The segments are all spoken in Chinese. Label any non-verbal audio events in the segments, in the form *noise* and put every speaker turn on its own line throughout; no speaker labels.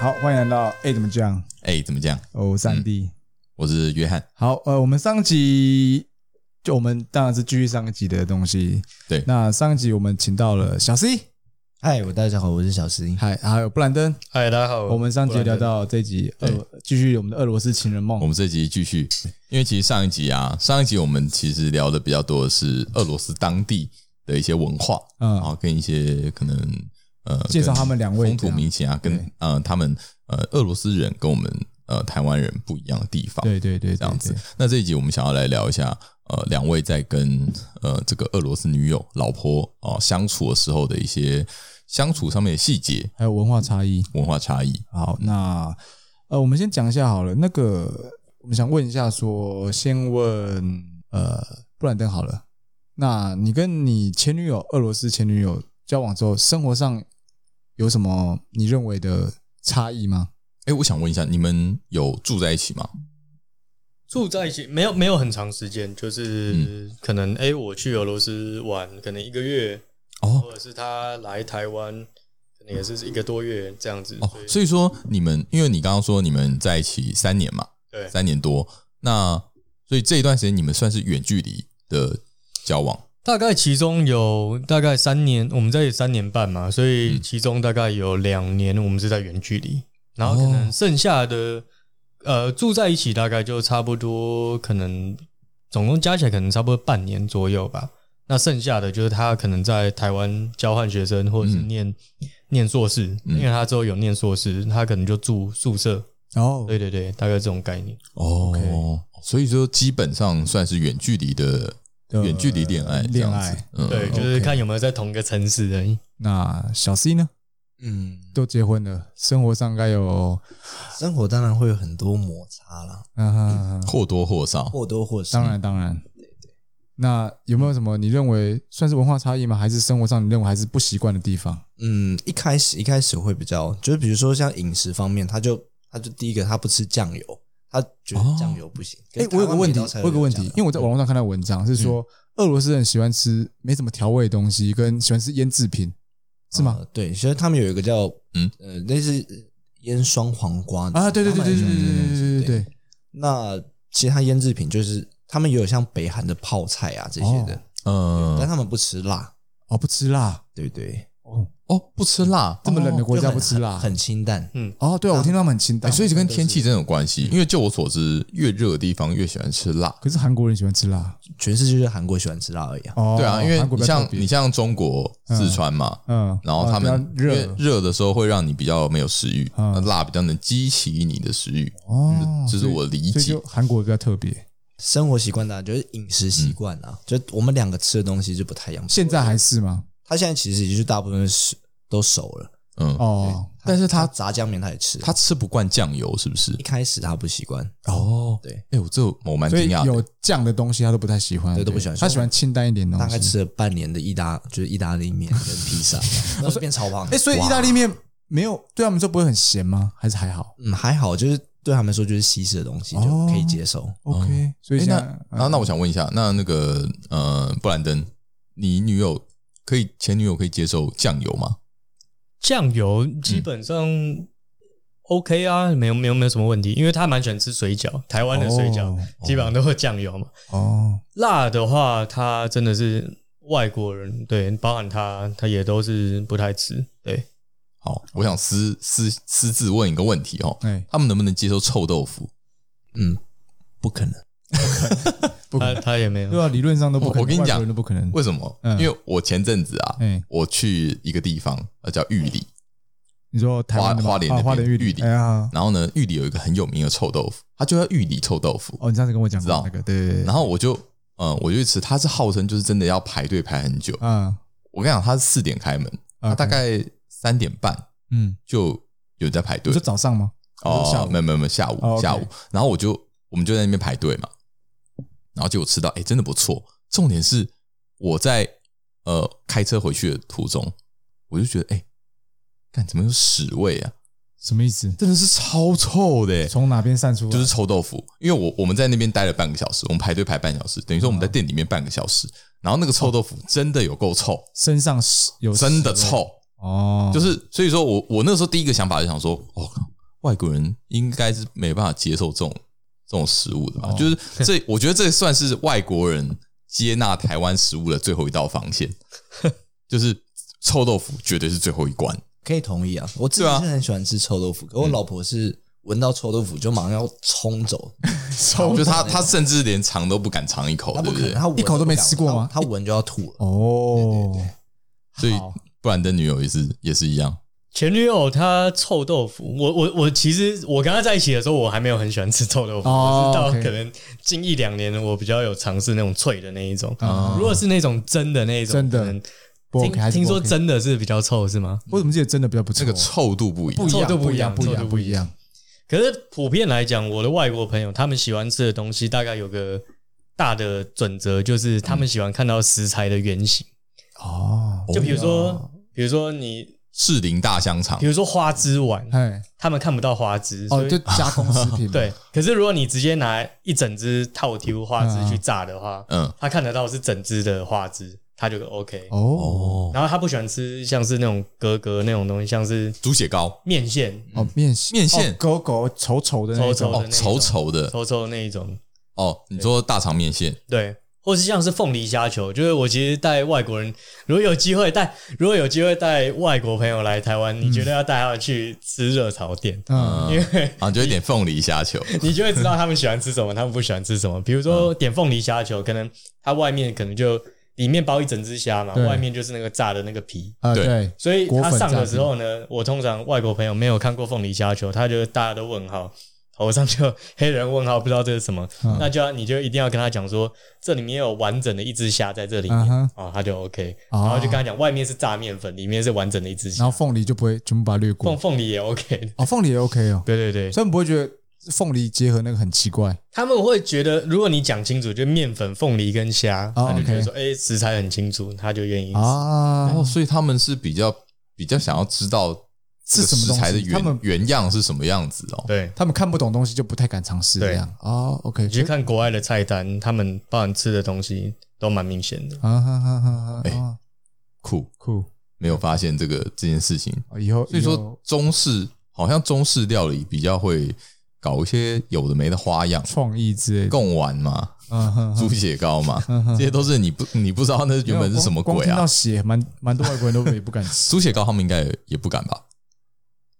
好，欢迎来到哎、怎么讲？
哎，怎么讲？
哦，三
嗯
D。
我是约翰。
好，呃，我们上集就我们当然是继续上一集的东西。
对
那上一集我们请到了小 C，
嗨，我大家好，我是小石。
还还有布兰登。
嗨，大家
哦
好。
我们上集
布兰
聊
登
到这一集俄，继续我们的俄罗斯情人
我
梦。
们这集继续，因为其实上一集啊，上一集我们其实聊的比较多的是俄罗斯当地的一些文化，
嗯
然后跟一些可能呃
介绍
跟
他们两位
风土
这样
民情啊，跟
对
呃他们呃俄罗斯人跟我们呃台湾人不一样的地方，
对对对，对
这样子
对。
那这一集我们想要来聊一下，呃，两位在跟呃这个俄罗斯女友、老婆哦、相处的时候的一些相处上面的细节、
还有文化差异。
文化差异。
好，那呃，我们先讲一下好了。那个，我们想问一下说先问呃，布兰登好了。那你跟你前女友，俄罗斯前女友交往之后，生活上有什么你认为的差异吗？
哎，我想问一下，你们有住在一起吗？
住在一起没有没有很长时间，就是
嗯
可能哎、诶我去俄罗斯玩，可能一个月，
哦
或者是他来台湾，可能也是一个多月这样子。
哦，
所以
所以说你们，因为你刚刚说你们在一起三年嘛，
对
三年多，那所以这一段时间你们算是远距离的交往。
大概其中有大概三年，我们在一起三年半嘛，所以
嗯
其中大概有两年我们是在远距离，然后可能
哦
剩下的、呃住在一起大概就差不多，可能总共加起来可能差不多半年左右吧。那剩下的就是他可能在台湾交换学生，或者是
嗯
念、念硕士，
嗯
因为他之后有念硕士，他可能就住宿舍。
哦，
对对对，大概这种概念。
哦
OK
所以说基本上算是远距离的
的
远距离恋爱，这
恋
样
爱
子。嗯，
对，就是看有没有在同一个城市而已。
那小 C 呢？
嗯，
都结婚了，生活上该有
生活当然会有很多摩擦啦，
啊，
或多或少。
或多或少。
当然当然。那有没有什么你认为算是文化差异吗？还是生活上你认为还是不习惯的地方？
嗯，一开始一开始会比较，就是比如说像饮食方面，他就他就第一个他不吃酱油，他觉
哦
得酱油不行。
哎、我有个问题，我有个问题，因为我在网络上看到文章是说，
嗯
俄罗斯人喜欢吃没什么调味的东西，跟喜欢吃腌制品，是吗？
呃对，所以他们有一个叫
嗯
嗯呃类似腌双黄瓜
呃
啊，对对对对对对对对对对，
那其他腌制品就是他们也有像北韩的泡菜啊这些的，但
嗯，
他们不吃辣，
哦，不吃辣，
对不对？
哦，不吃辣，
这么冷的国
就
家
很
不吃辣，
很清淡。
哦，对啊，我听到他们很清淡，
哎所以这跟
嗯
天气真的有关系。因为就我所知，越热的地方越喜欢吃辣。
可是韩国人喜欢吃辣，
全世界就是韩国喜欢吃辣而已啊。
哦，
对啊，因为
韩国
你
比较
像
特别
你像中国四川嘛，
嗯，
然后他
啊
们
比较
因为
热
热的时候会让你比较没有食欲，
嗯
那辣比较能激起你的食欲，
哦，
这是
所以
我理
所以
解
就。韩国比较特别，
生活习惯的、啊，就是饮食习惯啊，
嗯
就我们两个吃的东西就不太一样。
现在还是吗？
他现在其实就是大部分是都熟了，
嗯，
哦，
但是他
炸酱面他也吃，
他吃不惯酱油，是不是
一？开始他不习惯，
哦，
对，
哎，我这我蛮
所以
惊讶的。
有酱的东西他都不太喜欢，
对都不喜欢
他喜欢清淡一点的
大
东
概
西。
吃了半年的意大就是意大利面跟
*laughs*
披萨，然后就变超胖。
哎，所以意大
利
利面没有对他们说不会很咸吗？还是还好
嗯还好，就是对他们说就是西式的东西
哦
就可以接受。嗯
？OK，所以
哎
现
那
在嗯
然后那我想问一下，那那个呃，布兰登，你女友可以前女友可以接受酱油吗？
酱油基
嗯
本上 OK 啊，没有没有没有什么问题，因为他蛮喜欢吃水饺，台湾的水饺、
哦
*laughs* 基本上都会酱油嘛。
哦，
辣的话，他真的是外国人，对，包含他，他也都是不太吃。对，
好，我想私私私自问一个问题哦，
哎，
他们能不能接受臭豆腐？
嗯，不可能，
不可
他
能，
他也没有。
对啊，理论上都不可能，
我跟你
外国
讲
人都不可能。
为什么？
嗯
因为我前阵子啊，
哎，
我去一个地方，呃，叫玉里，
你说台湾的吗
花花莲
啊
那边
花莲玉
玉
里，
里
哎呀，
然后呢，玉里有一个很有名的臭豆腐，它就叫玉里臭豆腐。
哦，你上次跟我讲
知
过
道
那个，对对对，
然后我就，呃，我就去吃，它是号称就是真的要排队排很久。
啊，
我跟你讲，它是四点开门，它
啊
大概三点半
嗯，
就有在排
你
队
说。早上吗？还是下
哦
午，
没有没有没有，下午、
哦，OK
下午，然后我就我们就在那边排队嘛，然后结果吃到，哎，真的不错。重点是我在呃开车回去的途中，我就觉得，哎，干怎么有屎味啊？
什么意思？
真的是超臭的，欸
从哪边散出来？
就是臭豆腐。因为我我们在那边待了半个小时，我们排队排半小时，等于说我们在店里面半个小时，然后那个臭豆腐真的有够臭，
身上是有
真的
屎味
臭。
哦，
就是所以说我我那时候第一个想法就想说，哦，外国人应该是没办法接受这种这种食物的吧？
哦
就是这，我觉得这算是外国人接纳台湾食物的最后一道防线，就是臭豆腐绝对是最后一关。
可以同意啊。我自己
对啊
是很喜欢吃臭豆腐，
嗯
可我老婆是闻到臭豆腐就马上要冲走，
就他他甚至连尝都不敢尝一口，
她
对
不可
对？
能，她闻
哦一口都没吃过吗
她她闻就要吐了。
哦，
所以
好
布兰登女友也是也是一样，
前女友她臭豆腐，我我我其实我跟她在一起的时候，我还没有很喜欢吃臭豆腐，
哦
我是到
OK
可能近一两年，我比较有尝试那种脆的那一种。
哦
如果是那种蒸的那一种，
真的
可能
不
听
OK，还是
听
不
说
OK
真的是比较臭是吗？
我怎么记得真的比较不
这
错？
个臭度不一样
不一。样，
臭都
不
不
一
一
样，
样
不一
臭
样，
都
不
不
一
一
样。
可是普遍来讲，我的外国朋友他们喜欢吃的东西，大概有个大的准则，就是他们喜欢看到食材的原型。
哦，
就比如说，比如说你，
士林大香肠
比，如说花枝丸，
哎，
他们看不到花枝，所
哦，
以
就加工食品嘛，
*laughs* 对。可是如果你直接拿一整只套丢花枝去炸的话，
嗯，
他看得到是整只的花枝，他就 OK。
哦
哦，
然后他不喜欢吃像是那种格格那种东西，像是
猪血糕，
面线
哦，面线
面线
哦狗狗稠稠的那
稠
种
稠的
哦，
那
稠
种
稠的
稠稠的那一种，
哦，你说大肠面线，
对，或是像是凤梨虾球，就是我其实带外国人，如果有机会带，如果有机会带外国朋友来台湾，你绝对要带他们去吃热炒店， *laughs*
嗯，
因为
啊，就有点凤梨虾球，
你就会知道他们喜欢吃什么，他们不喜欢吃什么。比如说
嗯
点凤梨虾球，可能它外面可能就里面包一整只虾嘛，
对
外面就是那个炸的那个皮。
啊，
对
对，
所以
果
他
粉
上
炸
的
皮
时候呢，我通常外国朋友没有看过凤梨虾球，他就大家都问号，头上就 *laughs* 黑人问号，不知道这是什么，
嗯
那就要你就一定要跟他讲说，这里面有完整的一只虾在这里面
嗯哼
哦，他就 OK，、
哦
然后就跟他讲，外面是炸面粉，里面是完整的一只
然
虾
后，凤梨就不会全部把它略
凤
过，
凤梨也 OK，
哦，凤梨也 OK 哦，
对对对，
虽然不会觉得凤梨结合那个很奇怪，
他们会觉得如果你讲清楚，就面粉、凤梨跟虾，
哦
他就觉
OK
得说，哎、食材很清楚，他就愿意吃。
啊，
哦，所以他们是比较比较想要知道这个
是什么
食材的
东西他们
原原样是什么样子哦。
对，
他们看不懂东西就不太敢尝试这
对
样哦 OK，
你去看国外的菜单，他们包含吃的东西都蛮明显的。
啊哈哈哈哈，
哎
啊
酷，
酷，
没有发现这个这件事情。
哦以后
所以
后
说中式好像中式料理比较会搞一些有的没的花样，
创意之类的，
贡丸嘛，
嗯哼
猪血糕嘛，
哼哼
这些都是你不你不知道那原本是什么
光
鬼
光听
啊
到。血，蛮蛮多外国人都也不敢
*laughs*
吃。
猪血糕他们应该也也不敢吧？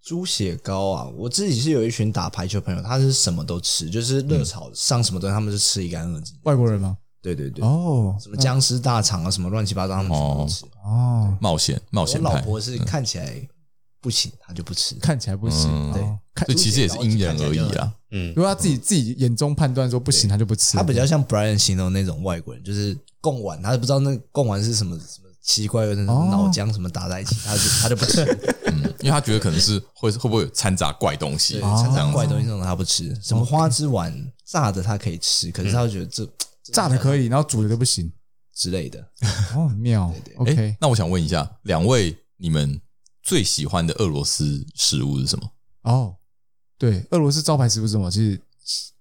猪血糕啊，我自己是有一群打排球朋友，他是什么都吃，就是热炒上什么东西，他们是吃一干二净。
外国人吗？
对对对，
哦，
什么僵尸大肠啊，什么乱七八糟，他们全部都吃。
哦，
冒险冒
我
险
老
派，
婆是看起来不行，她就不吃。
看起来不行，
嗯
对，
哦
看
*laughs* 所以其实也是因人而异啊
猪血糕
啦。
*laughs*
嗯
如，果他自己自己眼中判断说不行，他就不吃。
她比较像 Brian 形容那种外国人，就是贡丸，他不知道那贡丸是什么什么奇怪的那
哦
种脑浆什么打在一起，他就他就不 *laughs* 吃。
嗯，因为他觉得可能是会会不会有掺杂怪东西
对，
这样
常
子
常怪东西那种他不吃，什么花枝丸炸的他可以吃，可是他会觉得这
炸的可以，然后煮的就不行。
之类的。
哦，妙
哎、
，OK，
那我想问一下，两位你们最喜欢的俄罗斯食物是什么？
哦，对，俄罗斯招牌食物是什么？其实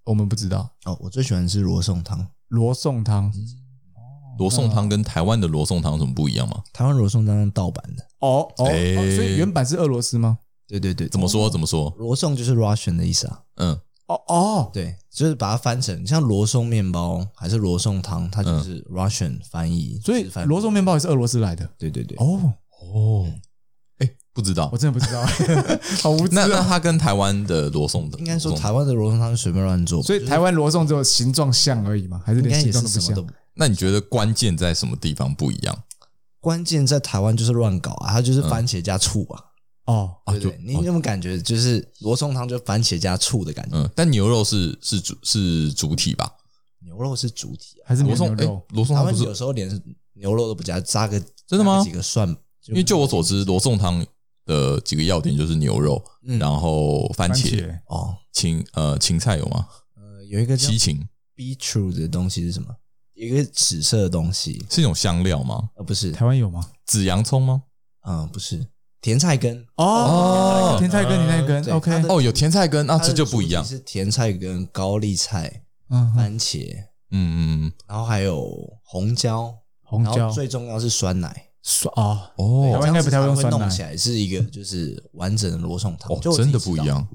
我们不知道。
哦，我最喜欢吃罗宋汤，
罗宋汤，
嗯
罗宋汤跟台湾的罗宋汤有什么不一样吗？
台湾罗宋汤是盗版的。
哦哦，哦
哎
所以原版是俄罗斯吗？
对对对，
怎么说？怎么说？
罗宋就是 Russian 的意思啊。
嗯，
哦哦，
对，就是把它翻成像罗宋面包还是罗宋汤，它就是
嗯
Russian 翻译。
所以
就是翻
罗宋面包也是俄罗斯来的。
对对对，
哦，
哦，哎、不知道
我。真的不知
*laughs*
道，好无知
那那
哦。
它跟台湾的罗宋的，
应该说
罗宋
台湾的罗宋汤是随便乱做，
所以台湾罗宋只有形状像而已嘛，还是
应
连
该
形
也
状
是
都不
什
像
么都不。
那你觉得关键在什么地方不一样？
关键在台湾就是乱搞啊，它就是番茄加醋啊，
哦？
啊
对不对？
就
你有没有感觉就是罗宋汤就番茄加醋的感觉？
嗯，但牛肉是是主是主体吧？
牛肉是主体啊，
还是没
罗
有
宋
牛
哎
肉？，
罗宋
他
汤不
们
是
有时候连牛肉都不加，扎个
真的吗
扎个几个蒜，
因为就我所知，罗宋汤的几个要点就是牛肉，
嗯
然后番茄、
哦，
芹呃芹菜有吗？
呃，有一个叫
七芹
B true 的东西是什么？有一个紫色的东西，
是一种香料吗？
呃，不是，
台湾有吗？
紫洋葱吗？
嗯，不是甜菜根。
哦
甜菜根，甜菜根
对
，OK，
它的
哦，有甜菜根啊，
它
这
的
就不一样
主。体是甜菜根、高丽菜、
嗯哼，
番茄，
嗯嗯嗯，
然后还有红椒，
红
然
椒
后最重要是酸奶。
酸啊，
哦
台湾应该不太会用
这样子
酸
它
奶
弄起来是一个就是完整的罗宋汤
哦，
就我自
真
己
的
知道
不一样。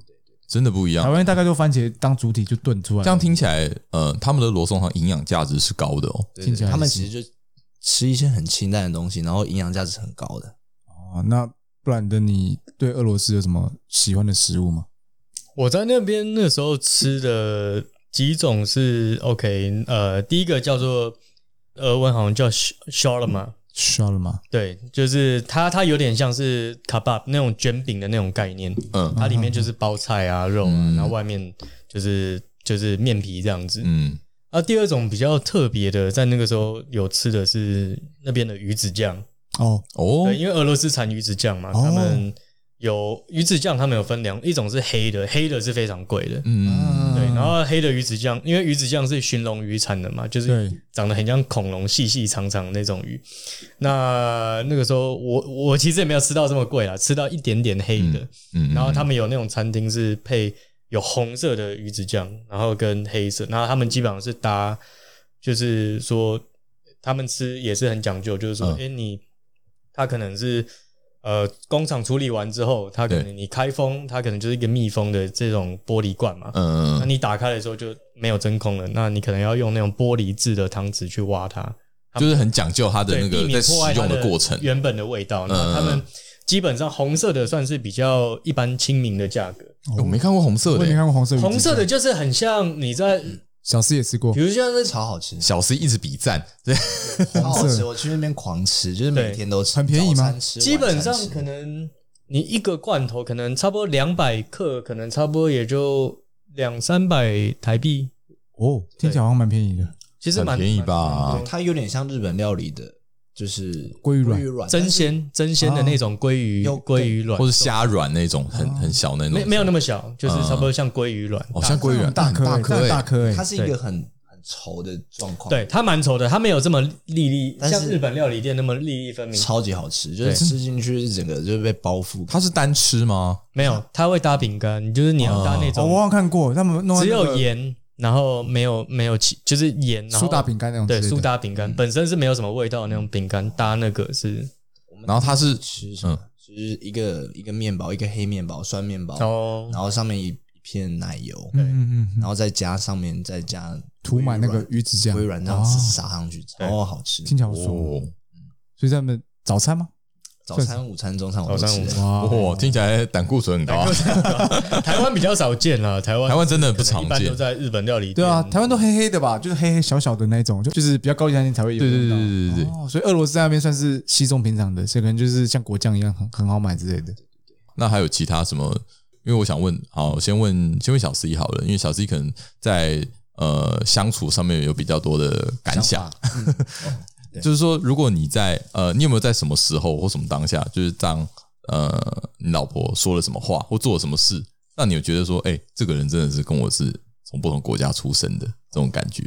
真的不一样
台。湾大概就番茄当主体就炖出来了，
这样听起来，呃，他们的罗宋汤营养价值是高的哦。
对
听
对
起来
他们
哎也是
其实就吃一些很清淡的东西，然后营养价值很高的。
哦。那布兰登，你对俄罗斯有什么喜欢的食物吗？
我在那边那时候吃的几种是 OK，呃，第一个叫做俄文好像叫 s h a l a m a
需要了吗？
对，就是它它有点像是 kebab 那种卷饼的那种概念，
嗯
它里面就是包菜啊、肉啊，
嗯
然后外面就是就是面皮这样子。
嗯，
啊，第二种比较特别的，在那个时候有吃的是那边的鱼子酱，
哦，
哦，
对，因为俄罗斯产鱼子酱嘛，
哦
他们有鱼子酱，他们有分两，一种是黑的，黑的是非常贵的，
嗯，
对，然后黑的鱼子酱，因为鱼子酱是寻龙鱼产的嘛，就是
对
长得很像恐龙，细细长长的那种鱼。那那个时候我我其实也没有吃到这么贵啦，吃到一点点黑的。
嗯，
啊然后他
们
们有那种餐厅是配有红色的鱼子酱，然后跟黑色，然后他们基本上是搭，就是说他们吃也是很讲究，就是说，
嗯
哎、你他可能是呃工厂处理完之后，他可
对
能你开封，它可能就是一个密封的这种玻璃罐嘛，
嗯
那
嗯，
你打开的时候就没有真空了，那你可能要用那种玻璃制的汤匙去挖它，
就是很讲究它的
对，
那
避
个在
免
使
破坏它
用的过程。
原本的味道。
嗯
那他们基本上红色的算是比较一般亲民的价格，
哎我没看过红色
哦我
的
也没
欸，
看过红色鱼子酱
红色的，就是很像你在，
嗯
小吃也吃过
比，如像那超好吃，
小 C 一直比赞，对，
超好吃！我去那边狂吃，就是每天都吃，
很便宜吗
早餐吃
基本上
晚餐吃
可能你一个罐头可能差不多两百克，可能差不多也就两三百台币，
哦，听起来好像蛮便宜的。
其实蛮
很便宜吧
蛮
它有点像日本料理的，就是
鲑鱼卵
卵
真鲜真鲜的那种鲑鱼
有
鲑鱼卵
或，是虾软那种很很小那种，
没没有那么小，就是差不多像鲑鱼卵。
哦，嗯像鲑鱼
那
卵
种大颗
那
欸，
很大颗
那
欸
种大颗
但是
欸
它是一个很很稠的状况，
对，，它蛮稠的，它没有这么粒粒，
哦但是
像日本料理店那么粒粒分明。
超级好吃，就是吃进去是整个就是被包覆。
它是单吃吗？
没有，它会搭饼干，就是你要搭那
哦，我
种
好像看过，他们弄在
只
那个
有盐，然后没有没有其就是盐，然后
苏打饼干那种之
对
类的，
苏打饼干本身是没有什么味道的那种饼干，搭那个是
然后它是
吃什么？就是一个一个面包，一个黑面包，酸面包，
哦
然后上面一一片奶油，
嗯，嗯嗯嗯，
然后再加上面再加
涂满那个鱼子酱，
微软这样子撒上去，超好吃。
哦听起来好爽。
哦，
所以他们早餐吗？
早餐、午餐、中餐我都
早餐
吃
午
了
餐。
哇
哇，哦听起来胆固醇很高啊，
台湾比较少见啦，台湾
台湾真的不
一
常
般
见
都。在日本料理店
对啊，台湾都黑黑的吧，就是黑黑小小的那种，就就是比较高级餐厅才会有
对
的
对对
味道。
对对对，
哦，所以俄罗斯在那边算是稀松平常的，所以可能就是像果酱一样很很好买之类的。
那还有其他什么？因为我想问，好，我先问，先问小 C 好了，因为小 C 可能在呃相处上面有比较多的感想，嗯 *laughs* 哦就是说，如果你在呃，你有没有在什么时候或什么当下，就是当呃你老婆说了什么话或做了什么事，让你有觉得说，哎、这个人真的是跟我是从不同国家出生的这种感觉？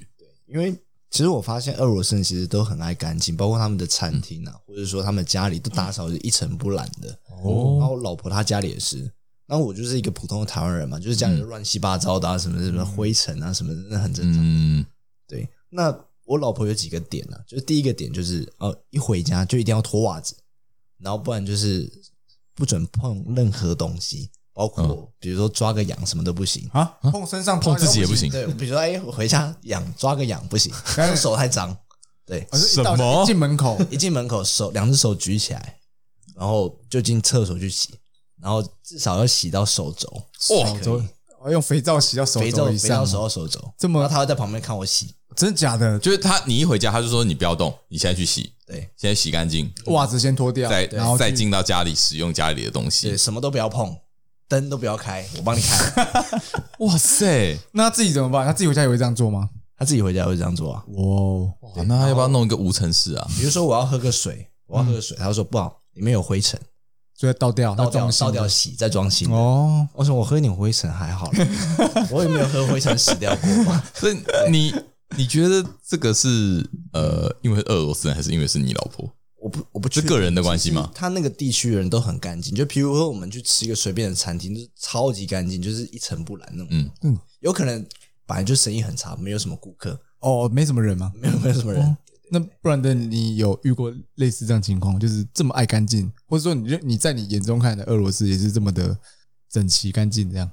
因为其实我发现俄罗斯人其实都很爱干净，包括他们的餐厅啊，或者说他们家里都打扫是一尘不染的。
哦
然后我老婆她家里也是。然后我就是一个普通的台湾人嘛，就是家里
嗯
就乱七八糟的啊，什么什么灰尘啊，什么的那很正常。
嗯，
对，那我老婆有几个点呢、啊？就是第一个点就是，呃，一回家就一定要脱袜子，然后不然就是不准碰任何东西，包括、
嗯
比如说抓个痒什么都不行。
啊，碰身上
碰自己也不行
对，比如说哎，我回家痒抓个痒
*laughs*
不行，手太脏。对，
哦就是一到
什么
一进门口，
一进门口手两只手举起来，然后就进厕所去洗，然后至少要洗到手肘，
哇，手哦用肥皂洗到手
肥皂
肘以
肥
上，啊
皂
哦
手到手肘，
这么
然后他会在旁边看我洗。
真的假的？
就是他，你一回家他就说你不要动，你现在去洗，
对
现在洗干净，
袜子先脱
啊
掉，
再
然后
再
去
进到家里使用家里的东
对，
西。
什么都不要碰，灯都不要开，我帮你
*laughs*
开。
哇塞！
那他自己怎么办？他自己回家也会这样做吗？
他自己回家会这样做啊。
哇，
哇，那他要不要弄一个无尘室
*laughs*
啊？
比如说我要喝个水，我要喝个水，他就说不好，里面有灰尘，
所嗯以要倒掉，
倒
他
掉
装新
倒
的
掉洗，再装新的。
哦，
我说我喝一点灰尘还好
*laughs*
啦，我也没有喝灰尘死掉过嘛。
所以你你觉得这个是呃，因为是俄罗斯人，还是因为是你老婆？
我不我不
是
确定
个人的关系吗？
他那个地区的人都很干净，就譬如说我们去吃一个随便的餐厅，就是超级干净，就是一尘不染那种。
嗯
嗯，
有可能本来就生意很差，没有什么顾客，
哦，没什么人吗？
没有没有什么人。
那不然的，你有遇过类似这样情况，就是这么爱干净，或者说你认你在你眼中看的俄罗斯也是这么的整齐干净这样？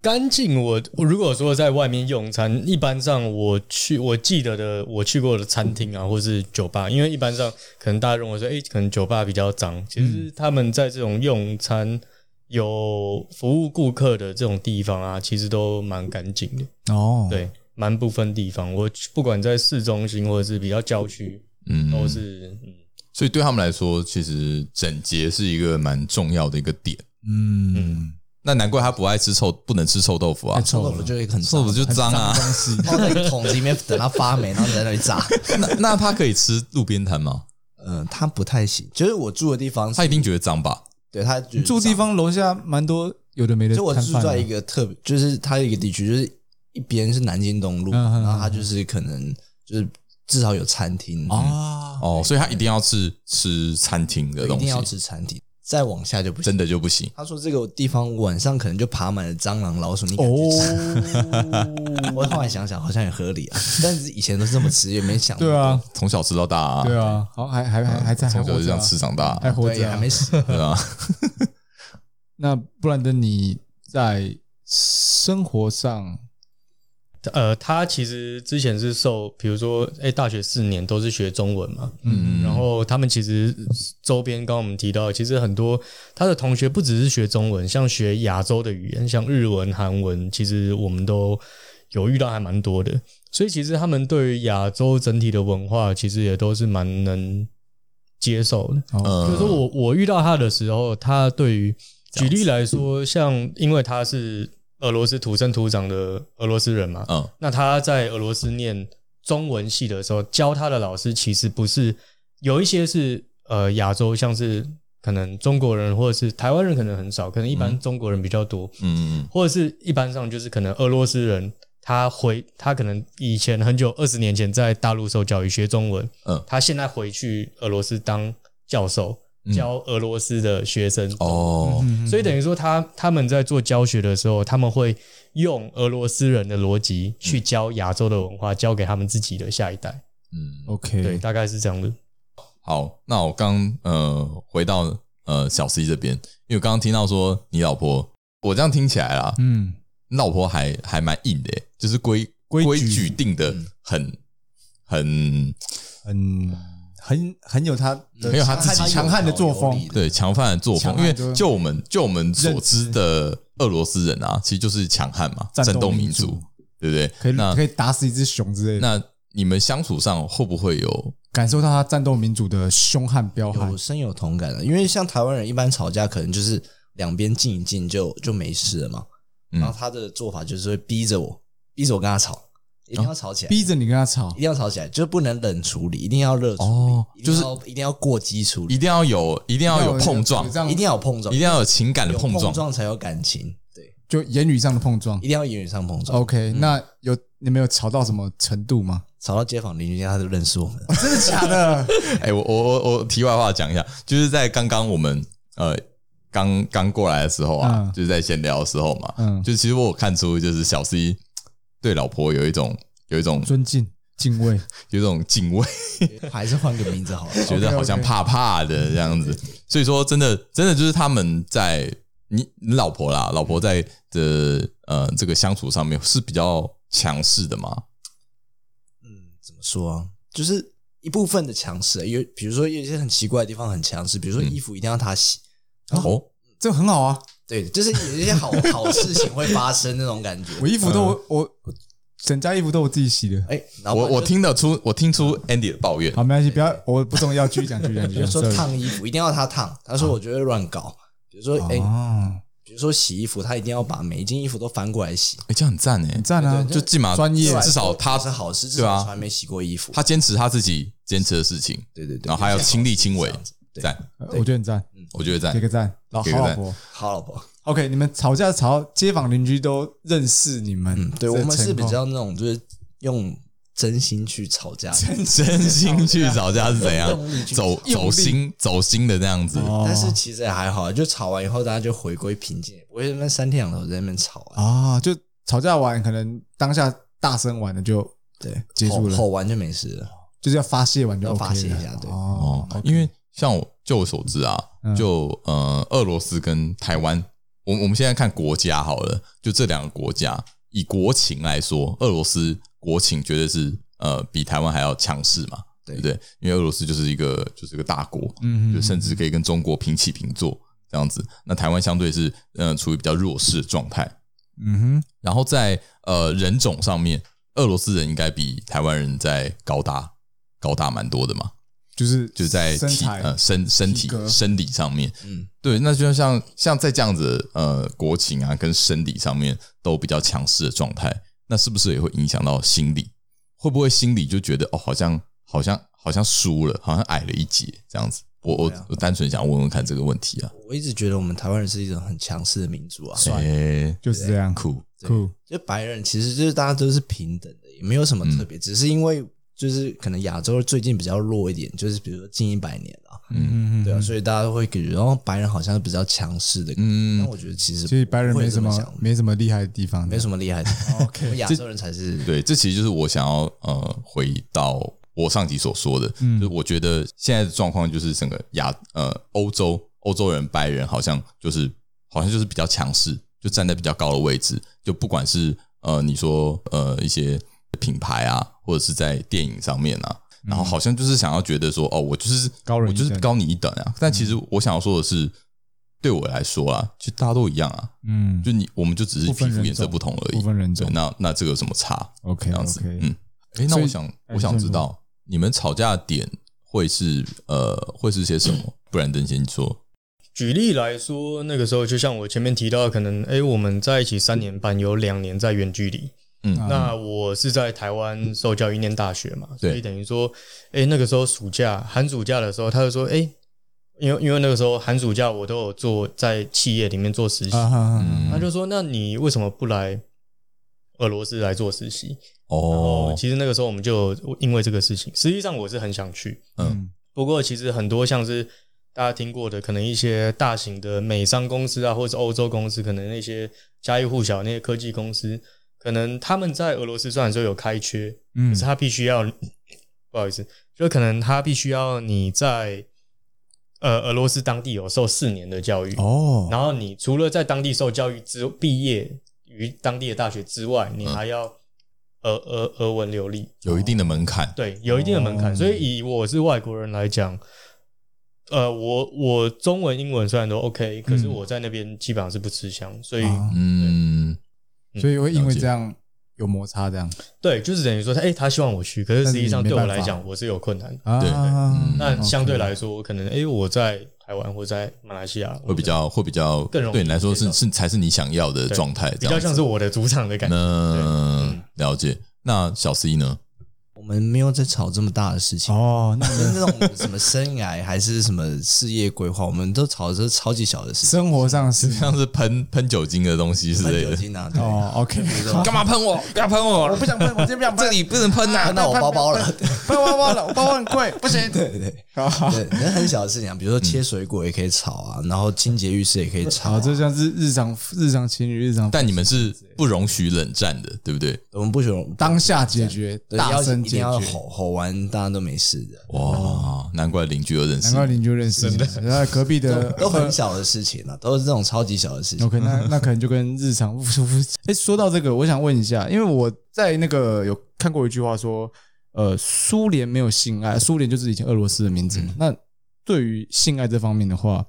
干净我，我如果说在外面用餐，一般上我去我记得的我去过的餐厅啊，或是酒吧，因为一般上可能大家认为说，诶，可能酒吧比较脏，其实他们在这种用餐有服务顾客的这种地方啊，其实都蛮干净的，
哦，，
对，蛮部分地方，我去不管在市中心或者是比较郊区，
嗯，
哦
都是嗯
所以对他们来说，其实整洁是一个蛮重要的一个点。
嗯，
那难怪他不爱吃臭，不能吃臭豆腐啊
太！
臭
臭
豆腐
了，
就会很
臭豆腐就脏啊
很脏的东西，放在一个桶子里面等它发霉，然后你在那里
*laughs*
炸。
那那他可以吃路边摊吗？
嗯，它不太行，就是我住的地方是，
他一定觉得脏吧？
对它就
*laughs*
是
住地
脏，
方楼下蛮多有的没的
就我
摊
住
贩啊，
在一个特
嗯
别，就是它有一个地区，就是一边是南京东路，
嗯嗯嗯
然后它就是可能就是至少有餐厅，
啊，
哦，所以他一定要吃吃餐厅的
一
东
定要
西，
吃餐厅，再往下就不行。
真的就不行。
他说这个地方晚上可能就爬满了蟑螂、老鼠，你敢去吃？
哦，
*laughs* 我突然想想，好像也合理啊，但是以前都是这么吃，也没想过
对啊，，
从小吃到大啊，
对啊，好，还还还还在，还
从小
活
就这
着啊
样吃长大，
还活
对，
着
也
啊，
还没死。
对啊。
那布兰登，你在生活上，
呃，他其实之前是受，比如说，哎、大学四年都是学中文嘛，
嗯
然后他们其实周边，刚刚我们提到，其实很多他的同学不只是学中文，像学亚洲的语言，像日文、韩文，其实我们都有遇到还蛮多的。所以其实他们对于亚洲整体的文化，其实也都是蛮能接受的。
哦，
就是说我我遇到他的时候，他对于举例来说，像因为他是俄罗斯土生土长的俄罗斯人嘛，
嗯
那他在俄罗斯念中文系的时候，教他的老师其实不是有一些是呃亚洲，像是可能中国人或者是台湾人可能很少，可能一般中国人比较多，
嗯嗯
或者是一般上就是可能俄罗斯人。他回他可能以前很久二十年前在大陆受教育学中文，
嗯
他现在回去俄罗斯当教授
嗯，
教俄罗斯的学生
嗯，哦，
嗯
所以等于说他他们在做教学的时候，他们会用俄罗斯人的逻辑去教亚洲的文化，教给他们自己的下一代。
嗯，
对，
OK，
大概是这样的。
好，那我刚呃回到呃小 C 这边，因为我刚刚听到说你老婆，我这样听起来啦，
嗯，
你老婆还还蛮硬的耶，就是规
规矩嗯
规矩定的很很
很很很有他
没有他自己
强悍的作风
对强悍的作风
强，
因
悍
为
就是
就我们就我们所知的俄罗斯人啊，其实就是强悍嘛，
战斗
战斗
民
民
族
族，对不对？
可以
那
可以打死一只熊之类的，
那你们相处上会不会有
感受到他战斗民族的凶悍彪悍
有，深有同感的，因为像台湾人一般吵架，可能就是两边静一静就就没事了嘛。
嗯
然后他的做法就是会逼着我，逼着我跟他吵，一定要吵起来，
哦逼着你跟他吵
一，定要吵起来，就是不能冷处理，一定要热处理，
哦
一定要一定要过激处理
一，定要有一定要有碰撞
有，这样
一定要有碰撞，
一定要有情感的
有碰
碰撞，
才有感情，对，
就言语上的碰撞
一。定要言语上碰撞。
OK，那有你们有吵到什么程度吗？
吵到街坊邻居家，他就认识我们了。
真的假的？
哎、我我我我题外话讲一下，就是在刚刚我们呃刚刚过来的时候啊，
嗯
就是在闲聊的时候嘛，
嗯，
就其实我有看出，就是小 C 对老婆有一种有一种
*laughs* 尊敬敬畏，
有一种敬畏，
还是换个名字好了。
觉得好像怕怕的这样子。所以说，真的真的就是他们在你你老婆啦，老婆在的呃这个相处上面是比较强势的嘛，
嗯，怎么说啊？就是一部分的强势，啊有比如说有一些很奇怪的地方很强势，比如说衣服一定要他洗，
哦，
这很好啊！
对，就是有一些好好事情会发生那种感觉。嗯
我衣服都我我我整家衣服都我自己洗的。
哎、然后
哦我我
就
听得出我听出 Andy 的抱怨
好，，没关系，不要，我不重要，继续讲，继续讲，继
比
续
如
讲。
说
sorry
烫衣服一定要他烫，他说我觉得乱搞。比如说，哎、
哦，
比如说洗衣服，他一定要把每一件衣服都翻过来洗。
哎、这样很赞哎、
很赞啊！
就起码
专业
至少他
是好事，至
对啊
少从来没洗过衣服。
他坚持他自己坚持的事情，
对对对，
然后还要亲力亲为
这样子，对
赞，
呃我觉得很赞，
我觉得
给
赞
个。赞，老
嗯
好
给个赞
老婆。
好老婆。
OK，你们吵架吵到街坊邻居都认识你们，
嗯，对
这
我们是
情
比
况
较那种就是用真心去吵架的，
*laughs* 真心去吵架是怎样
用力？去
走
用
走心走心的那样子，
哦
但是其实也还好，就吵完以后大家就回归平静，也不会在那边三天两头在那边吵啊。
啊，就吵架完可能当下大声完了就
对，
结束
吼
了
吼完就没事了。
就是要发泄完就
要
OK
发泄一
了
下对
哦
哦，因为像我就我所知啊
嗯，
就呃，俄罗斯跟台湾我我们现在看国家好了，就这两个国家，以国情来说，俄罗斯国情绝对是呃比台湾还要强势嘛，对
对哦
不对？因为俄罗斯就是一个就是一个大国，
嗯
就甚至可以跟中国平起平坐这样子。那台湾相对是呃处于比较弱势的状态，
嗯哼，
然后在呃人种上面，俄罗斯人应该比台湾人在高大高大蛮多的嘛，
就是
就是在
身
体
材，
呃身身体
体格
生理上面，
嗯，
对，那就像像在这样子呃国情啊跟生理上面都比较强势的状态，那是不是也会影响到心理？会不会心理就觉得哦，好像好像好像输了，好像矮了一截这样子？我我
对啊
我单纯想问问看这个问题啊，
我一直觉得我们台湾人是一种很强势的民族啊，
哎，
就是这样，
酷，
酷，
就白人其实就是大家都是平等的，也没有什么
嗯
特别，只是因为就是可能亚洲最近比较弱一点，就是比如说近一百年啊，
嗯嗯，
对啊，所以大家都会感觉，然后白人好像是比较强势的，但
嗯，
我觉得其实
其实白人
不会
没
这
什
么
么
想
没什么厉害的地方，
没什么
*laughs*
厉害的， *laughs* 我们亚洲人才是
对，这其实就是我想要呃回到我上集所说的，
嗯
就是我觉得现在的状况就是整个亚呃欧洲欧洲人白人好像就是好像就是比较强势，就站在比较高的位置，就不管是呃你说呃一些品牌啊，或者是在电影上面啊，然后好像就是想要觉得说哦，我就是
嗯高人
我
一
就是
等
高你一等啊，但其实我想要说的是，对我来说啊，其实大家都一样啊，
嗯，
就你我们就只是
不分
皮肤
人
颜色
种
不同而
不
已。
分人
对，
种
那那这个有什么差？
，OK
这样子
OK，
嗯，哎、那
所以
我想，
哎
我想
你
知
先
道你们吵架的点会是呃，会是些什么？不然等先说。
举例来说，那个时候就像我前面提到，可能诶，我们在一起三年半，有两年在远距离。
嗯
那我是在台湾受教育念大学嘛，所
对
以等于说，诶，那个时候暑假寒暑假的时候，他就说，诶，因为因为那个时候寒暑假我都有做在企业里面做实习，
啊哈哈，
嗯
他就说，那你为什么不来俄罗斯来做实习？
哦
哦，，其实那个时候我们就有因为这个事情，实际上我是很想去，
嗯
不过其实很多像是大家听过的，可能一些大型的美商公司啊，或者是欧洲公司，可能那些家喻户晓那些科技公司，可能他们在俄罗斯虽然说有开缺，
嗯
可是他必须要，不好意思，就可能他必须要你在呃俄罗斯当地有受四年的教育，
哦，
然后你除了在当地受教育之毕业于当地的大学之外，
嗯
你还要俄俄俄文流利。
有一定的门槛。
对，有一定的门槛。
哦
所以以我是外国人来讲，呃，我我中文、英文虽然都 OK，可是
嗯
我在那边基本上是不吃香，所以、
啊
嗯，
所以会因
了
为
解
这样有摩擦这样
对，就是等于说他，哎、他希望我去，可是实际上
但是你没
对我
办法
来讲，我是有困难。
啊
对嗯
那相对
OK
来说，可能哎、我在台湾或在马来西亚
会比较会比较
更容易
对你来说
接
是
受
是才是你想要的
对
状态，
比
这
较
样
像
子。
是我的主场的
嗯
感觉。
那
对嗯
了解。那小 C 呢？
我们没有在吵这么大的事情。
哦，那
就是那种什么生涯还是什么事业规划，我们都吵这超级小的事情，
生活上
*laughs*
是
像是喷喷酒精的东西之
喷
类
酒
的。
精啊，对，
哦，OK，
干嘛喷我？不要喷我！
不想喷，我这边不
这
想
里不能喷呐
喷到我包包了，
喷包包了，我包包很贵，不行。
*laughs* 对
*laughs*
对
哦
对，那很小的事情啊，比如说切水果也可以吵啊，然后清洁浴室也可以吵
好，
啊，
这像是日常日常情侣日常，
但你们是不容许冷战的，对不对？
我们不喜欢
当下解决，
对
大
要
声
一定
解
要
决。
吼吼完，大家都没事
*laughs*
的，
哇，难怪邻居有认识
难怪邻居认识你，然后隔壁的呃
都很小的事情啊，都是这种超级小的事情。
OK，那那可能就跟日常 *laughs* 哎，说到这个，我想问一下，因为我在那个有看过一句话说，呃，苏联没有性爱，苏联就是以前俄罗斯的名字。
嗯
那对于性爱这方面的话，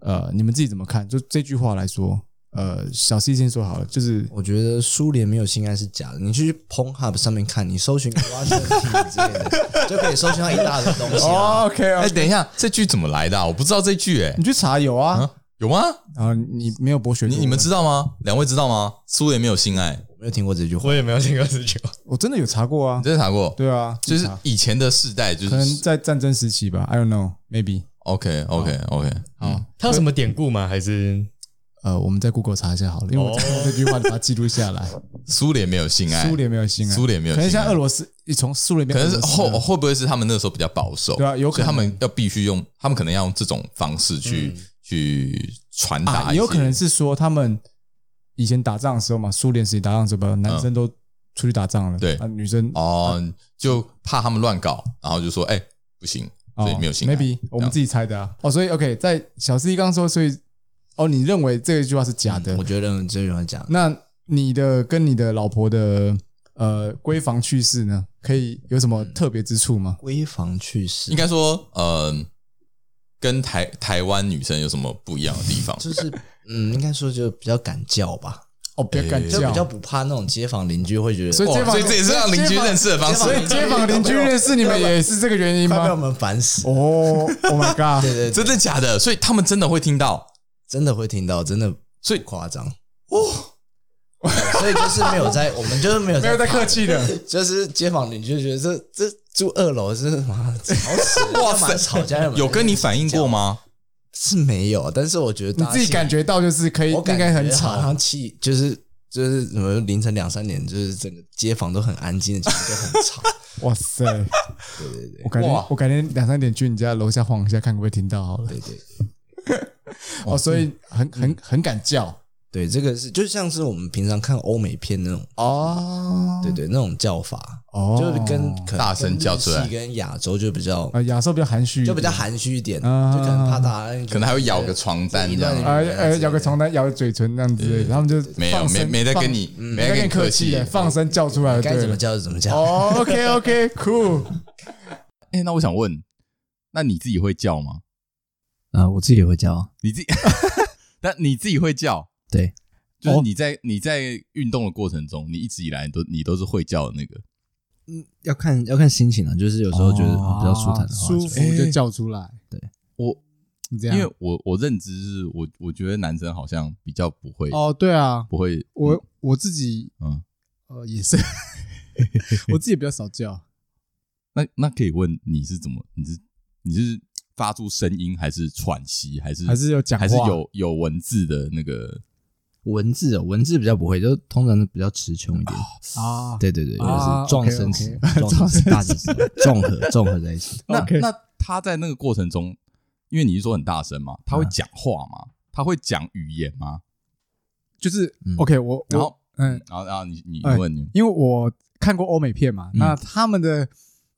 呃，你们自己怎么看？就这句话来说，呃，小 C 先说好了，就是
我觉得苏联没有性爱是假的，你去 Pornhub 上面看，你搜寻 Russian Tea 之类的，就可以搜寻到一大堆东西啊。
OK
哎、等一下，这句怎么来的、啊？我不知道这句、哎
你，去查有啊，
啊，有吗？
然后你没有博学，
你你们知道吗？两位知道吗？苏联没有性爱，
我没有听过这句话，
我也没有听过这句话，
我真的有查过啊
你，真的查过？
对啊，
就是
有查
以前的世代，就
可能
是
在战争时期吧，I don't know，maybe。
OK 嗯 OK OK，
好，
他有什么典故吗？还是
呃，我们在 Google 查一下好了，因为我
哦
查过这句话，把它记录
*laughs*
下来。
苏联没有性爱，
苏联没有性爱，
苏联没有
可能
性
像
爱
俄罗斯，你从苏联变
可能
俄
是
罗斯
后
了
会不会是他们那时候比较保守？
对啊有可
所
能
以他们要必须用，他们可能要用这种方式去、去传达一些、
嗯啊，也有可能是说他们以前打仗的时候嘛，苏联时期打仗的时候吧，男生都出去打仗了，
嗯对
啊，女生
哦、就怕他们乱搞，然后就说哎、不行，
哦
所以没有性爱。
啊，maybe 我们自己猜的啊。哦，所以 OK，在小 C 刚说，所以哦，你认为这一句话是假
嗯
的
我？觉得这句话讲，
那你的跟你的老婆的呃闺房趣事呢，可以有什么特别之处吗？
闺房趣事
应该说，呃，跟台台湾女生有什么不一样的地方？
就是，嗯，应该说就比较敢叫吧，
哦，别敢
就比较
叫，
不怕那种街坊邻居会觉得，
所以
哇
街坊
哦所以这也是让邻居认识的方式。
所以
街坊邻居认识你们也是这个原因
快被我
吗？
们烦死。
哦，Oh my god！
*laughs* 对对，对
真的假的？所以他们真的会听到，
真的会听到，真的
所以
夸张哦。所以就是没有在，我们就是没有
*laughs* 没有在客气的，
就是街坊邻居就觉得这这住二楼是妈吵死，哇
塞
吵架
有跟你反映过
吗？
吗？
是没有，但是我觉得
你
大家
自己感觉到就是可以，
我感
应
觉啊
该很
好
吵。
像气就是就是什么凌晨两三点，就是整个街坊都很安静，其实就很 *laughs* 吵。
哇塞！
对对对
我改天
哇
我改天两三点去你家楼下晃一下，看可不可以听到好了。
对对
哦，所以很
嗯
很很敢叫
对，这个是就像是我们平常看欧美片那种，
哦。
对对那种叫法，
哦，
就是跟可能
大声叫出来
跟日系跟亚洲就比较
啊亚瑟比较含蓄一点，
就比较含蓄一点，就
啊
可能怕大家
可能还会咬个床单这样。
呃呃，咬个床单，咬个嘴唇这样子之类的，他们就
嗯没有，
放
没
声
没在
放嗯
跟你，
没
没在
在跟
跟
你
你
客
客
气
气
的，。放声叫出来，
该
对
怎
了
么。叫就怎么叫。
哦，OK
*laughs*
OK cool，
哎，那我想问，那你自己会叫吗？
啊，我自己也会叫，
你自己，那你自己会叫？
对，
就是你在你在运动的过程中，你一直以来都你都是会叫的那个。
要看要看心情啊，就是有时候觉得比哦较舒坦的话，
舒
就哎
服就叫出来。
我
你这
因
样，
为我我认知是我我觉得男生好像比较不会
哦，对啊，
不会
我我自己
嗯，
呃也
*laughs*
是，我自己也比较少叫，
那那可以问你是怎么？你是你是发出声音，还是喘息，还是
还是有讲话
还是有有文字的那个？
文字哦，文字比较不会，就通常比较词穷一点。
啊。
对对对，就
啊
是撞声词、撞声词、大字词，综合综合在
*laughs*
一起。
那
*laughs* OK
那他在那个过程中，因为你是说很大声嘛，他
嗯
会讲话吗？他会讲语言吗？
就是
嗯
OK，我
然
我
后
嗯，
然后然后你你
哎
问你
因为我看过欧美片
嗯
嘛，那他们的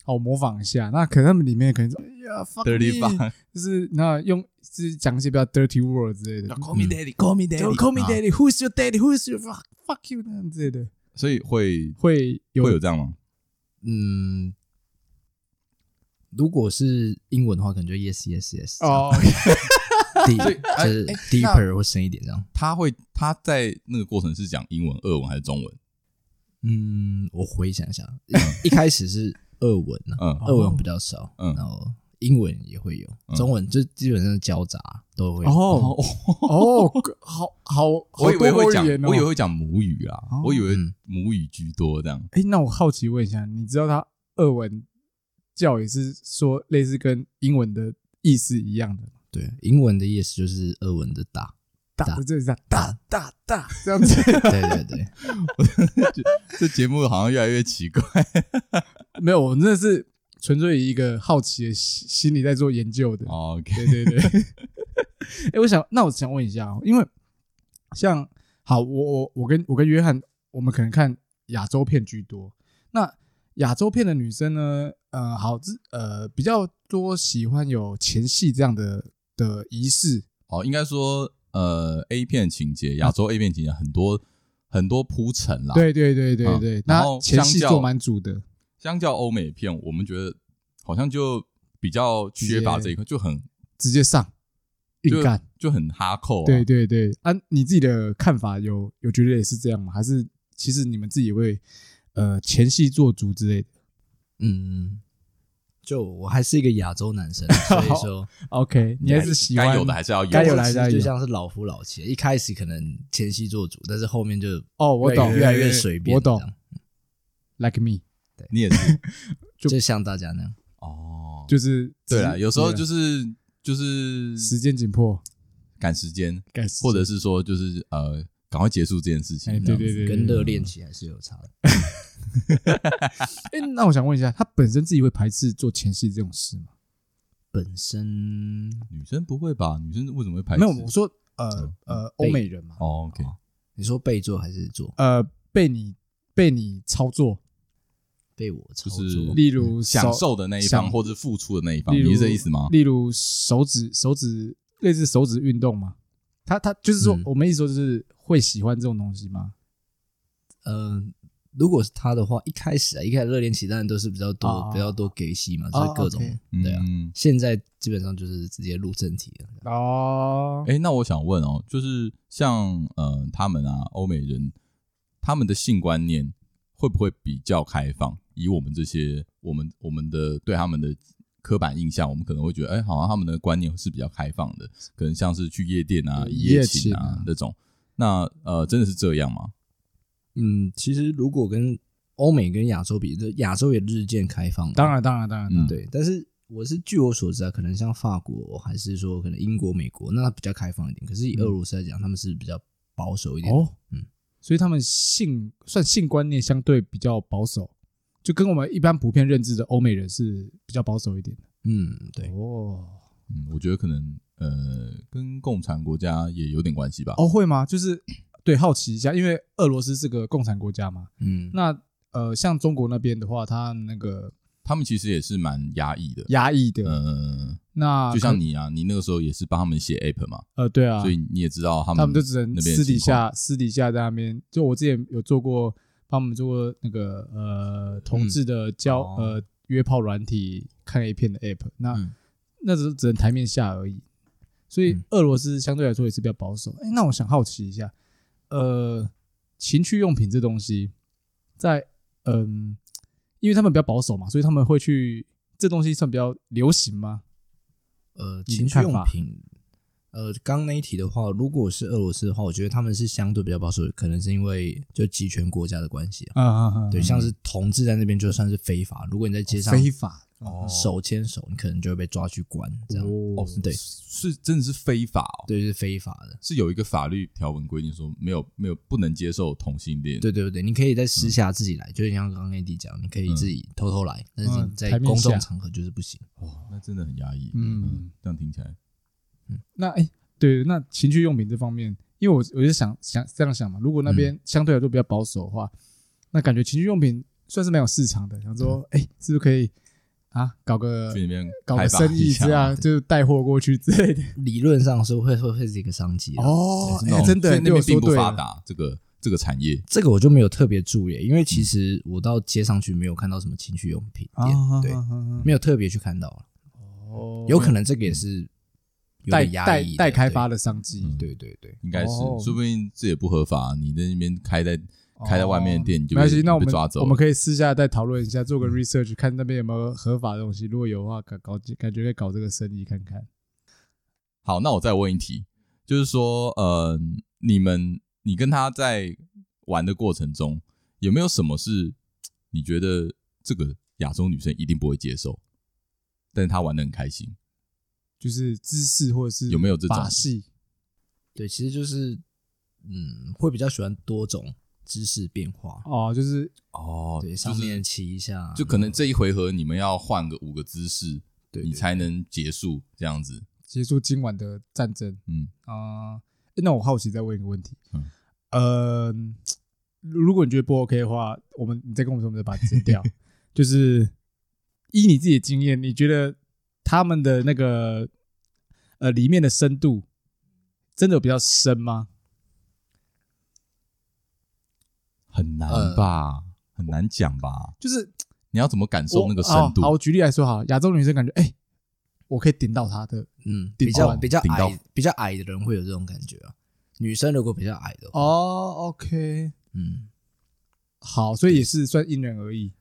好我模仿一下，那可能他们里面可能说哎呀 fuck
dirty
*laughs* me，
fuck，
就是那用就是讲一些比较 dirty word 之类的。
call me daddy，call me
Don't call me
啊
daddy，who's your daddy，who's your fuck fuck you 那样之类的，
所以会
会有
会有这样吗？
嗯，如果是英文的话，可能就 yes yes yes，
哦，
低
所以哎
就是
哎
deeper 会深一点这样。
他会他在那个过程是讲英文、俄文还是中文？
嗯，我回想一下，一一开始是俄文啊，
嗯
哦
俄文比较少，
嗯
然后英文也会有，中文就基本上交杂都会有。
哦哦，好好，好
我以为
多
会
国
讲
语言，哦
我以为会讲母语啊
哦，
我以为
嗯
母语居多这样。
哎，那我好奇问一下，你知道他俄文叫也是说类似跟英文的意思一样的吗？
对，英文的 yes 就是俄文的大，
大
大
这是大大大这样子，
对对对，
这节目好像越来越奇怪。
*laughs* 没有，我真的是纯粹以一个好奇的心心理在做研究的。
哦 OK，
对对对。 *laughs* 哎、我想，那我想问一下哦，因为像好，我我我跟我跟约翰，我们可能看亚洲片居多。那亚洲片的女生呢，呃，好，这呃比较多喜欢有前戏这样的的仪式。
哦，应该说呃，A 片情节，亚洲 A 片情节很多很多铺陈啦。，
对对对对
嗯
对，
然
那
后
前
相
戏
较
做蛮足的。
相较欧美片，我们觉得好像就比较缺乏
直接
这一块，就很
直接上
就
硬干。
就很哈扣、啊。
对对对，啊，你自己的看法有有觉得也是这样吗？还是其实你们自己会呃前戏做足之类的
嗯，就我还是一个亚洲男生，所以说
？OK，你还是喜欢
该有的还是要有。
该有的还
来
是要有
就像是老夫老妻，一开始可能前期做主，但是后面就
哦，我懂，
越来越随便，
我懂
这样
，like me，
你也
*laughs*
是
就像大家那样，
哦，
就是啊
对啦，有时候就是是就是
时间紧迫，
赶时间，
该死
或者是说就是呃，赶快结束这件事情。
哎，
这
对
样子
对对，
跟
对
热恋期还是有差的。
对哎，那我想问一下，他本身自己会排斥做前戏这种事吗？
本身
女生不会吧？女生为什么会排斥？嗯
没有，我说呃呃，欧美人嘛，
哦，OK，
你说被做还是做？
呃，被你被你操作，
被我操
就
作？
是
例如
嗯享
手
受的那一
享
方或者付出的那一方，
例
你
如
是这意思吗？
例如手指手指类似手指运动嘛，他他就是说
嗯，
我们意思说就是会喜欢这种东西吗？
呃，如果是他的话，一开始啊，一开始热恋期当然都是比较多、
哦
比较多给戏嘛，就是各种、
哦
对啊。
嗯
现在基本上就是直接录正题了。
哦，
哎，那我想问哦，就是像呃他们啊，欧美人他们的性观念会不会比较开放？以我们这些我们我们的对他们的刻板印象，我们可能会觉得，哎，好像他们的观念是比较开放的，可能像是去夜店啊、
对
一
夜
情
情啊
那种。那呃，真的是这样吗？
嗯，其实如果跟欧美跟亚洲比，这亚洲也日渐开放了，
当然当然当然，当然
嗯
对。但是我是据我所知啊，可能像法国还是说可能英国、美国，那它比较开放一点。可是以俄罗斯来讲，他们是比较保守一点的。
嗯哦，
嗯，
所以他们性算性观念相对比较保守，就跟我们一般普遍认知的欧美人是比较保守一点的。
嗯，对。
哦，
嗯，我觉得可能呃，跟共产国家也有点关系吧。
哦，会吗？就是对，好奇一下，因为俄罗斯是个共产国家嘛，
嗯，
那呃，像中国那边的话，他那个
他们其实也是蛮压抑的。
压抑的，
嗯，
那
就像
可
你啊，你那个时候也是帮他们写 app 嘛，
呃，对啊，
所以你也知道他们
他们就只能
那边的
私底
情况
下私底下在那边。就我之前有做过，帮我们做过那个呃同
嗯
志的交、
哦
呃约炮软体看 A 片的 app，那、
嗯
那只是只能台面下而已。所以
嗯
俄罗斯相对来说也是比较保守。哎、那我想好奇一下，呃，情趣用品这东西，在嗯、因为他们比较保守嘛，所以他们会去这东西算比较流行吗？
呃，
你的
情趣
看
用
法
品，呃，刚刚那一题的话，如果是俄罗斯的话，我觉得他们是相对比较保守的，可能是因为就集权国家的关系啊。
啊啊啊！
对，像是同志在那边就算是非法，如果你在街上
哦非法
手牵手，你可能就会被抓去关，这样
哦
对
是真的是非法哦，
对是非法的。
是有一个法律条文规定说没有没有不能接受同性恋，
对对对，你可以在
嗯
私下自己来，就像刚刚 AD 讲，你可以自己偷偷来，但是你
嗯
在
台面
公众
下
场合就是不行。
哦，那真的很压抑，
嗯
嗯，这样听起来，
那哎、对，那情趣用品这方面，因为我我就想想这样想嘛，如果那
嗯
边相对来说比较保守的话，那感觉情趣用品算是蛮有市场的。想说，哎、是不是可以啊，搞个
嗯去那边
搞
开
个
发
生
一
意
下 *laughs*
这样，就是带货过去之类的。
理论上是会会会是一个商机啊
哦
那种
真的
所以那
对我
边
说
并不
对
发
了
达，这个这个产业，
这个我就没有特别注意，因为
嗯
其实我到街上去没有看到什么情趣用品
啊
店，对，没有特别去看到啊
有
有可能这个也是有
嗯带
点压
带
抑的
带开发，的商机。
嗯
对对对对，
应该是，
哦
说不定这也不合法，你在那边开在开在外面的店，你就
哦没
被
关系，那我
被
们
抓走
我
了，嗯
们可以私下再讨论一下，做个 research，看那边有没有合法的东西。如果有的话，搞搞感觉可以搞这个生意看看。
好，那我再问一题，就是说，呃，你们你跟他在玩的过程中，有没有什么是你觉得这个亚洲女生一定不会接受，但是她玩的很开心？
就是姿势或者是
有没有这种
把戏？
对，其实就是嗯，会比较喜欢多种姿势变化，
哦，就是
哦
对，上面骑一下，
就可能这一回合你们要换个五个姿势，
对
你才能结束这样子。
结束今晚的战争
嗯，
啊、诶那我好奇再问一个问题，
嗯
呃，如果你觉得不 OK 的话，我们你再跟我们说，我们再把它剪
*laughs*
掉。就是依你自己的经验，你觉得他们的那个呃里面的深度真的有比较深吗？
很难
呃
吧，很难讲吧？
就是
你要怎么感受
我
那个深
哦
度？
好，我举例来说好了，亚洲女生感觉哎、诶我可以顶到她的
嗯，
顶
比较
到
比较
顶到
矮比较矮的人会有这种感觉啊。女生如果比较矮的话，
哦，OK，
嗯，
好，所以也是算因人而异，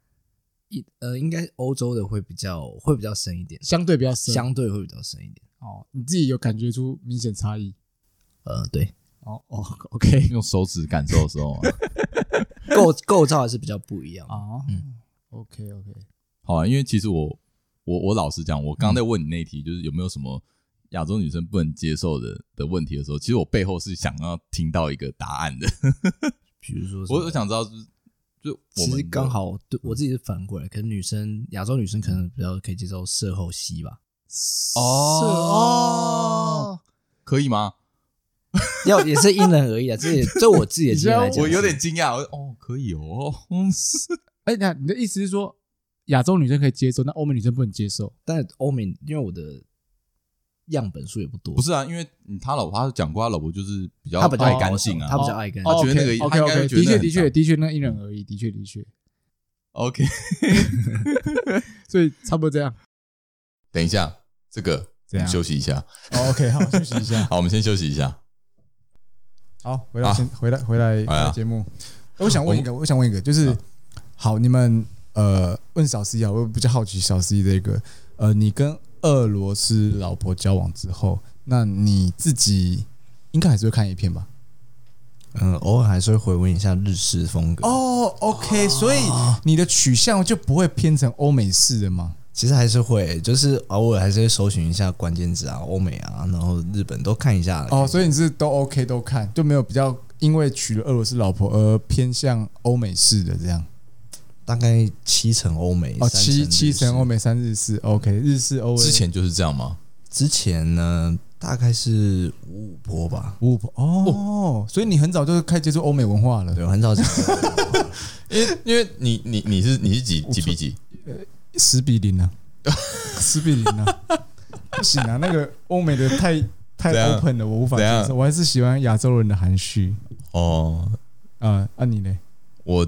一呃，应该欧洲的会比较会比较深一点，
相对比较深。
相对会比较深一点。
哦，你自己有感觉出明显差异？
呃，
*laughs*
对，
哦哦，OK， *laughs*
用手指感受的时候、啊，
构构造还是比较不一样。
啊
哦，嗯，OK OK，
好啊，因为其实我我我老实讲，我刚刚在问你那一题，就是有没有什么亚洲女生不能接受的的问题的时候，其实我背后是想要听到一个答案的。
比如说什么，
我我想知道就是，就我
其
们
实
的嗯
刚好对我自己是反过来，可能女生亚洲女生可能比较可以接受事后戏吧，
是
哦，
哦，
可以吗？
要也是因人而异啊。这也这我自己的经验来讲，
我有点惊讶，我哦，可以哦，嗯，
哎，那你的意思是说亚洲女生可以接受，那欧美女生不能接受？
但欧美因为我的
样本数也不多，
不是啊，因为嗯他老婆他讲过，他老婆就是比较
他比较
爱干净啊，
他比较爱干
哦
净。
觉得那个他
OK
应该
OK，
会觉得那
的确
很
的确
脏
的确，那因人而异，的确的确，
哦 OK，
所以差不多这样。
等一下，这个
怎样
休息一下。
哦 OK，好，休息一下。
好，我们先休息一下。
好，回到
啊
先回来回来
哎
回来
呀
节目。我想问一
我
个，我想问一个，就是好，你们呃问小 C 啊，我比较好奇小 C 这个，呃，你跟俄罗斯老婆交往之后，那你自己应该还是会看 A 片吧？
嗯，偶尔还是会回温一下日式风格。
哦，OK，所以你的取向就不会偏成欧美式的吗？
其实还是会，就是偶尔还是会搜寻一下关键字啊，欧美啊，然后日本都看一下。
哦，所以你是都 OK 都看，就没有比较因为娶了俄罗斯老婆而偏向欧美式的这样。
大概七成欧美，
哦，
三
七七
日式
成欧。美，三日式，OK，日式欧
之前就是这样吗？
之前呢，大概是五五波吧。
五五婆哦，所以你很早就开始接触欧美文化了
对，，我很少讲。
因为因为你你你是你是几几比几？
十比
*laughs*
零啊，十比零啊，不行啊，那个欧美的太太
怎样
open 了，我无法
怎样
接受，我还是喜欢亚洲人的含蓄
哦，
啊。啊，你呢？
我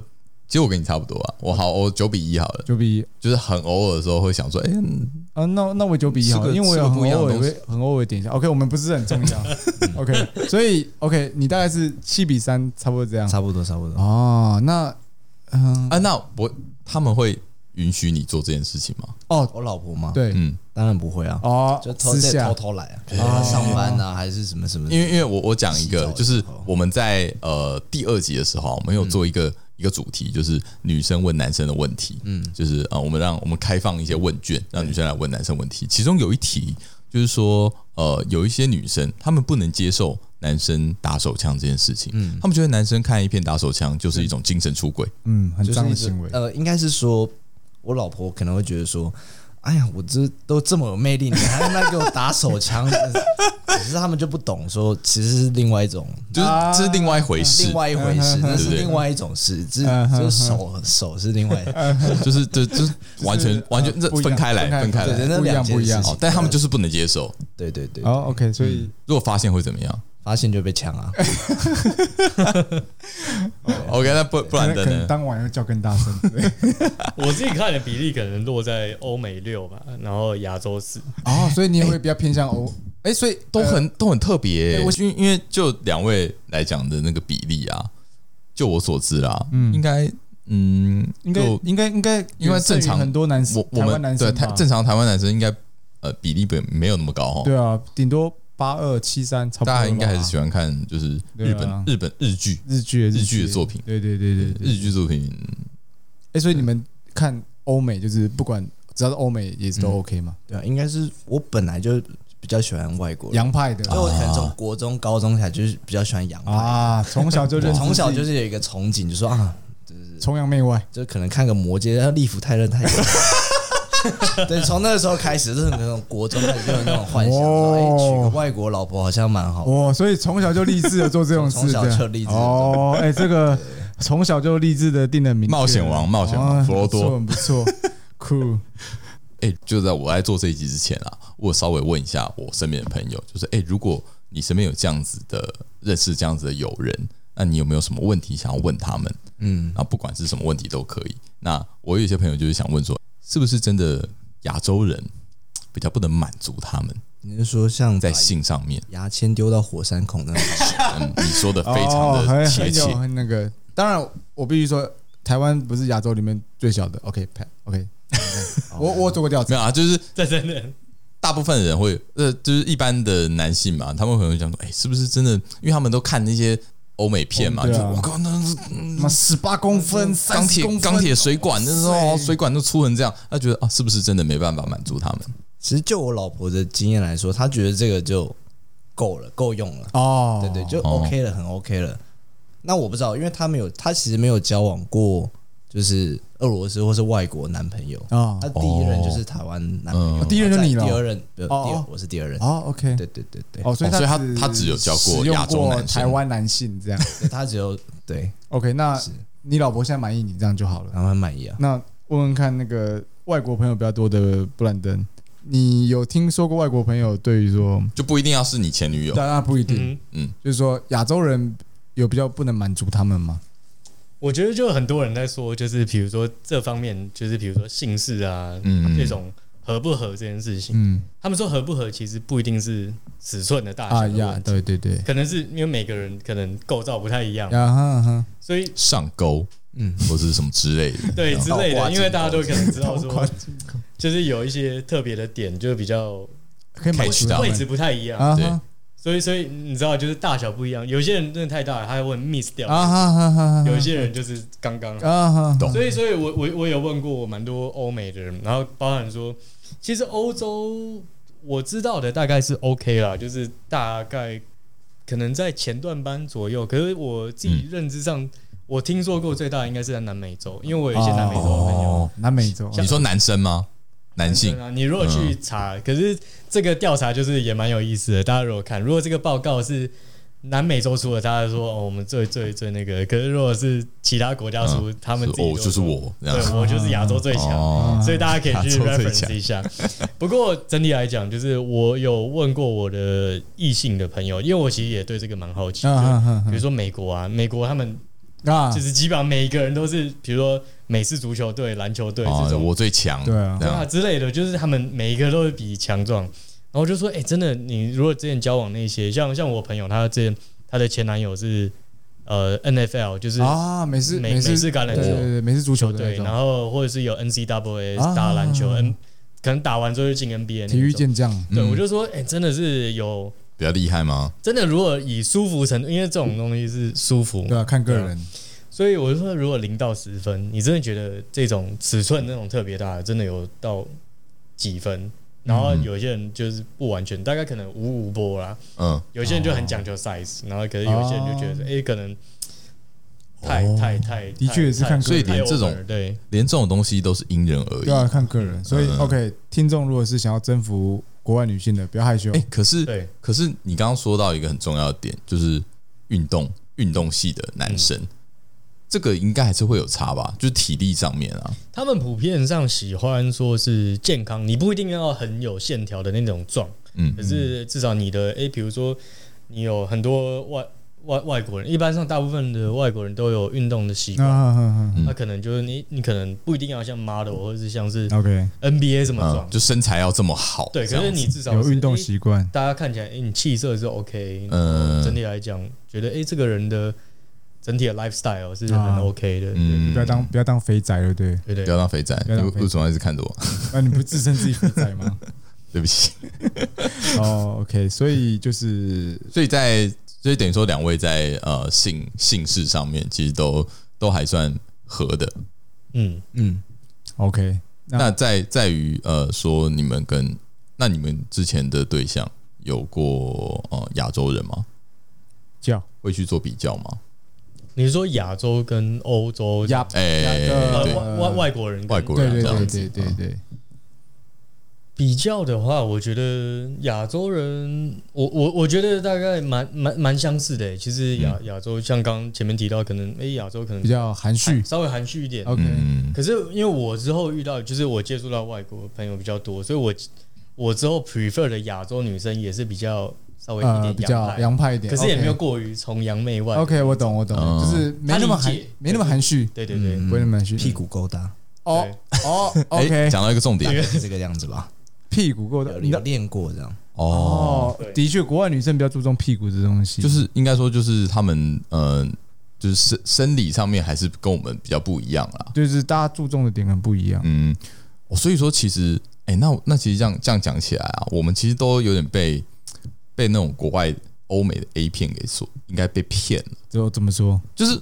其实我跟你差不多啊。我好，我九比一好了，
九比一
就是很偶尔的时候会想说，哎、嗯
啊，那那我九比一好
吃
了，
个
因为我有
吃个
很
不一样
偶
的
尔
东西
会很偶尔点一下。OK，我们不是很重
*laughs*
要。OK，所以 OK，你大概是七比三，差不多这样。
差不
*laughs*
多，差不多。
哦，那嗯，
啊，那我他们会允许你做这件事情吗？
哦，
我老婆嘛，，
对，
嗯，
当然不会啊，
哦，
就偷
私
在
下哦
偷偷来啊，比如说她上班啊，还是什么什么。
因为因为我我讲一
洗澡
个
的，
就是
时候
我们在呃第二集的时候，我们有做一个、呃一个主题，就是女生问男生的问题，嗯，就是啊、呃我们让我们开放一些问卷，让女生来问男生问题。其中有一题就是说，呃，有一些女生她们不能接受男生打手枪这件事情，嗯，她们觉得男生看一片打手枪就是一种精神出轨，
嗯，很
就是
脏
一
的
直
行为。
呃，应该是说，我老婆可能会觉得说，哎呀，我这都这么有魅力，你还他妈给我打手枪，可是他们就不懂说，其实是另外一种。
就是
啊
这是另外一回事，
另外一回 *laughs* 事，那是
对
另外一种事， *laughs* 这
嗯哼
这手手是另外， *laughs*
就是这就是完全完全这
不一样
分开来
分
分
开
开
来
来，
对，那
不一样
两件
不一样
事
哦
情，，
但他们就是不能接受，
对对对，
哦，OK，所以
如果发现会怎么样
发现就被抢啊，
？OK，那不不
哦可
然
能
的
可能
呢？
当晚要叫更
*laughs*
大声之类的。
*laughs* 我自己看的比例可能落在欧美六吧，然后亚洲四。
哦，所以你会比较偏向欧，哎，所以
都很、都很特别、欸。
我
因为因为就两位来讲的那个比例啊，就我所知啦，嗯，应该嗯，
应该
就
应该应该
因为正常
很多男生
我，我
台湾
们
男
对
生
台
吧
正常台湾男生应该呃比例本没有那么高哈，
对啊，顶多八二七三，差不多吧。
大家应该还是喜欢看就是
对
日
啊
本、日本日剧
日剧的
日剧的作品
对对对对对。
日剧作品，
哎，所以你们看欧美就是不管只要是欧美也
嗯
是都 OK 嘛，
对啊，应该是我本来就比较喜欢外国人，
洋派的
所以我可能从国中、高中起来就是比较喜欢洋派，
啊，从小就认
*laughs*
我
识
从小
自
就
己
是有一个憧憬，就说啊，
崇洋媚外。
就可能看个魔戒，然后利弗泰勒太多。 *laughs* 对，从那个时候开始，就是那种国中开始就有那种幻想，说哎、
哦
娶个外国老婆好像蛮好。
哇，哦所以从小就立志的做这种事，
从小
这样
就立志地
哦，哎，这个从小就立志的定了名，
冒险王冒险王
哦
佛罗多
不错很不错，cool，
哎、就在我在做这一集之前啊，我稍微问一下我身边的朋友，就是哎、如果你身边有这样子的认识这样子的友人，那你有没有什么问题想要问他们？
嗯，
然后不管是什么问题都可以。那我有一些朋友就是想问说，是不是真的亚洲人比较不能满足他们
你是说像
在
把
性上面？
牙签丢到火山孔那种？
嗯，你说的 *laughs* 非常
哎哦很
的贴
很
切
有。很那个。当然，我必须说，台湾不是亚洲里面最小的。OK，拍 OK，我
*laughs*
我有做过调查，
没有啊，就是
这真的
大部分人会，呃，就是一般的男性嘛，他们可能会讲说，哎、是不是真的？因为他们都看那些欧美片嘛，
哦
就
对
是
啊
我靠，那是嗯
什么十八公分、
钢
三十
铁
公分
钢铁
哦
水管，那时候
哇塞
哦水管都粗成这样，他觉得啊，是不是真的没办法满足他们？
其实就我老婆的经验来说，她觉得这个就够了，够用了。
哦，
对对，就
哦
OK 了，很 OK 了。那我不知道，因为她没有，她其实没有交往过，就是俄罗斯或是外国男朋友。
啊
她，第一任就是台湾男朋友，
哦
第一任就你了
第二任，对第
哦
二我是第二任。
哦，OK，
对对对对，
哦，所以
哦所以
他
他他只有教过
使用
亚洲男生
台湾男性这样。
对她只有对，
OK，那
是
你老婆现在满意你这样就好了。
然后很满意啊。
那问问看那个外国朋友比较多的布兰登，你有听说过外国朋友对于说，
就不一定要是你前女友。
当然不一定，
嗯，
就是说亚洲人有比较不能满足他们吗？
我觉得就很多人在说，就是比如说这方面，就是比如说姓氏啊，
嗯
这种合不合这件事情，
嗯
他们说合不合其实不一定是尺寸的大小
啊
的
呀，
问题
对对对，
可能是因为每个人可能构造不太一样，
呀啊哈哈，
所以
上钩，
嗯，
或者是什么之类的。
对之类
倒挂
的，
进
因为大家都可能知道
倒挂
说，就是有一些特别的点，就比较
可以满足
Catch 到
他
位
们
置不太一样，
啊
对
哈
所以所以你知道，就是大小不一样，有些人真的太大了，他会 miss 掉；
啊哈哈哈哈，
有一些人就是刚刚好。
啊哈，
懂
所以，所以我我我有问过我蛮多欧美的人，然后包含说，其实欧洲我知道的大概是 OK 啦，就是大概可能在前段班左右。可是我自
嗯
己认知上，我听说过最大应该是在南美洲，因为我有一
啊
些南美洲的朋友。
哦，
南美洲，
你说男生吗？男性嗯
对啊，你如果去查，可是这个调查就是也蛮有意思的。大家如果看，如果这个报告是南美洲出的，大家说哦，我们最最最那个；可是如果是其他国家出，他们自
是
己
哦，就
都
是
说
我这样。
对我就是亚洲最强，嗯
哦
所以大家可以去
亚洲最强
reference 一下。不过整体来讲，就是我有问过我的异性的朋友，因为我其实也对这个蛮好奇。
嗯
啊
就
哈哈
比如说美国啊，美国他们
哈啊
就，是基本上每一个人都是，比如说美式足球队、篮球队这
哦，
种
我最强。
对啊
这
对啊
样
之类的，就是他们每一个都会比强壮。然后我就说，哎、真的，你如果之前交往那些，像像我朋友，他之前他的前男友是呃 NFL，就是
啊，美式
美
美
美式橄榄球
对对对，美式足球的
对，
那
然
种，
后或者是有 NCAA
啊
打篮球、n 可能打完之后就进 NBA
体育
那种。
健将，
对，
嗯
我就说，哎、真的是有，
比较厉害吗？
真的如果以舒服程度，因为这种东西是舒服，
对啊，看个人，
所以我就说，如果零到十分，你真的觉得这种尺寸那种特别大的，真的有到几分？然后有些人就是不完全，大概可能五五波啦，
嗯，
有些人就很讲究 size，、然后可是有些人就觉得，哎、可能太、太太，
的确也是看个人
太
所以连这种
太 over，对
连这种东西都是因人而
对啊，
异。
看个人。所以
嗯
，OK，听众如果是想要征服国外女性的，不要害羞
哎，可是
对，
可是你刚刚说到一个很重要的点，就是运动运动系的男生，
嗯
这个应该还是会有差吧？就是体力上面啊，
他们普遍上喜欢说是健康，你不一定要很有线条的那种壮，
嗯
可是至少你的诶，比如说你有很多外外外国人，一般上大部分的外国人都有运动的习惯，
啊哈哈
嗯
那可能就是你你可能不一定要像 model 或者是像是
哈，OK，
NBA 这么
嗯
壮，，
就身材要这么好，
对，
这
可
样
是
子
你至少
有
是
运动
诶
习惯，
大家看起来，哎、你气色是 OK，
嗯
嗯，整体来讲，觉得哎、诶这个人的整体的 lifestyle 是
啊
很 OK 的，
嗯，
不要当不要当肥宅了，对。
对对
不要
对。
当肥仔，
不
为
要当肥仔
为什么一直看着我？
那你不是自称自己肥宅吗？
对不起。
哦，OK，所以就是
所以在所以等于说，两位在呃姓姓氏上面其实都都还算合的。
嗯，
嗯，
OK，那
那在在于呃说你们跟那你们之前的对象有过呃亚洲人吗？
叫
会去做比较吗？
你说亚洲跟欧洲，
呀，
哎、
呃
对，
对
外外外国人跟
外国
对
人
对
这
对
样子
对对对，
比较的话，我觉得亚洲人，我我我觉得大概蛮蛮蛮相似的欸。其实亚亚洲像刚前面提到，可能诶亚洲可能
嗯比较含蓄
稍微含蓄一点。
，OK，
嗯，
可是因为我之后遇到，就是我接触到外国朋友比较多，所以我我之后 prefer 的亚洲女生也是比较稍微一
呃，
点
比
洋
较
派，
洋派一点，
可是也没有
OK
过于崇洋媚外。
OK，我懂我懂，
嗯
就是没那么含
他理解
没那么含蓄，
对对对，
嗯
不会那么含蓄，
屁股够大，
哦哦
哎
，OK，
讲到一个重点
是这个样子吧？
屁股够大
有，
你
有
的
练过这样？
哦，
哦，的确，国外女生比较注重屁股这东西，
就是应该说就是他们呃就是生生理上面还是跟我们比较不一样啦。
就是大家注重的点很不一样，
嗯，哦所以说其实，哎、那那其实这样这样讲起来啊，我们其实都有点被被那种国外欧美的 A 片给所应该被骗了，
就怎么说？
就是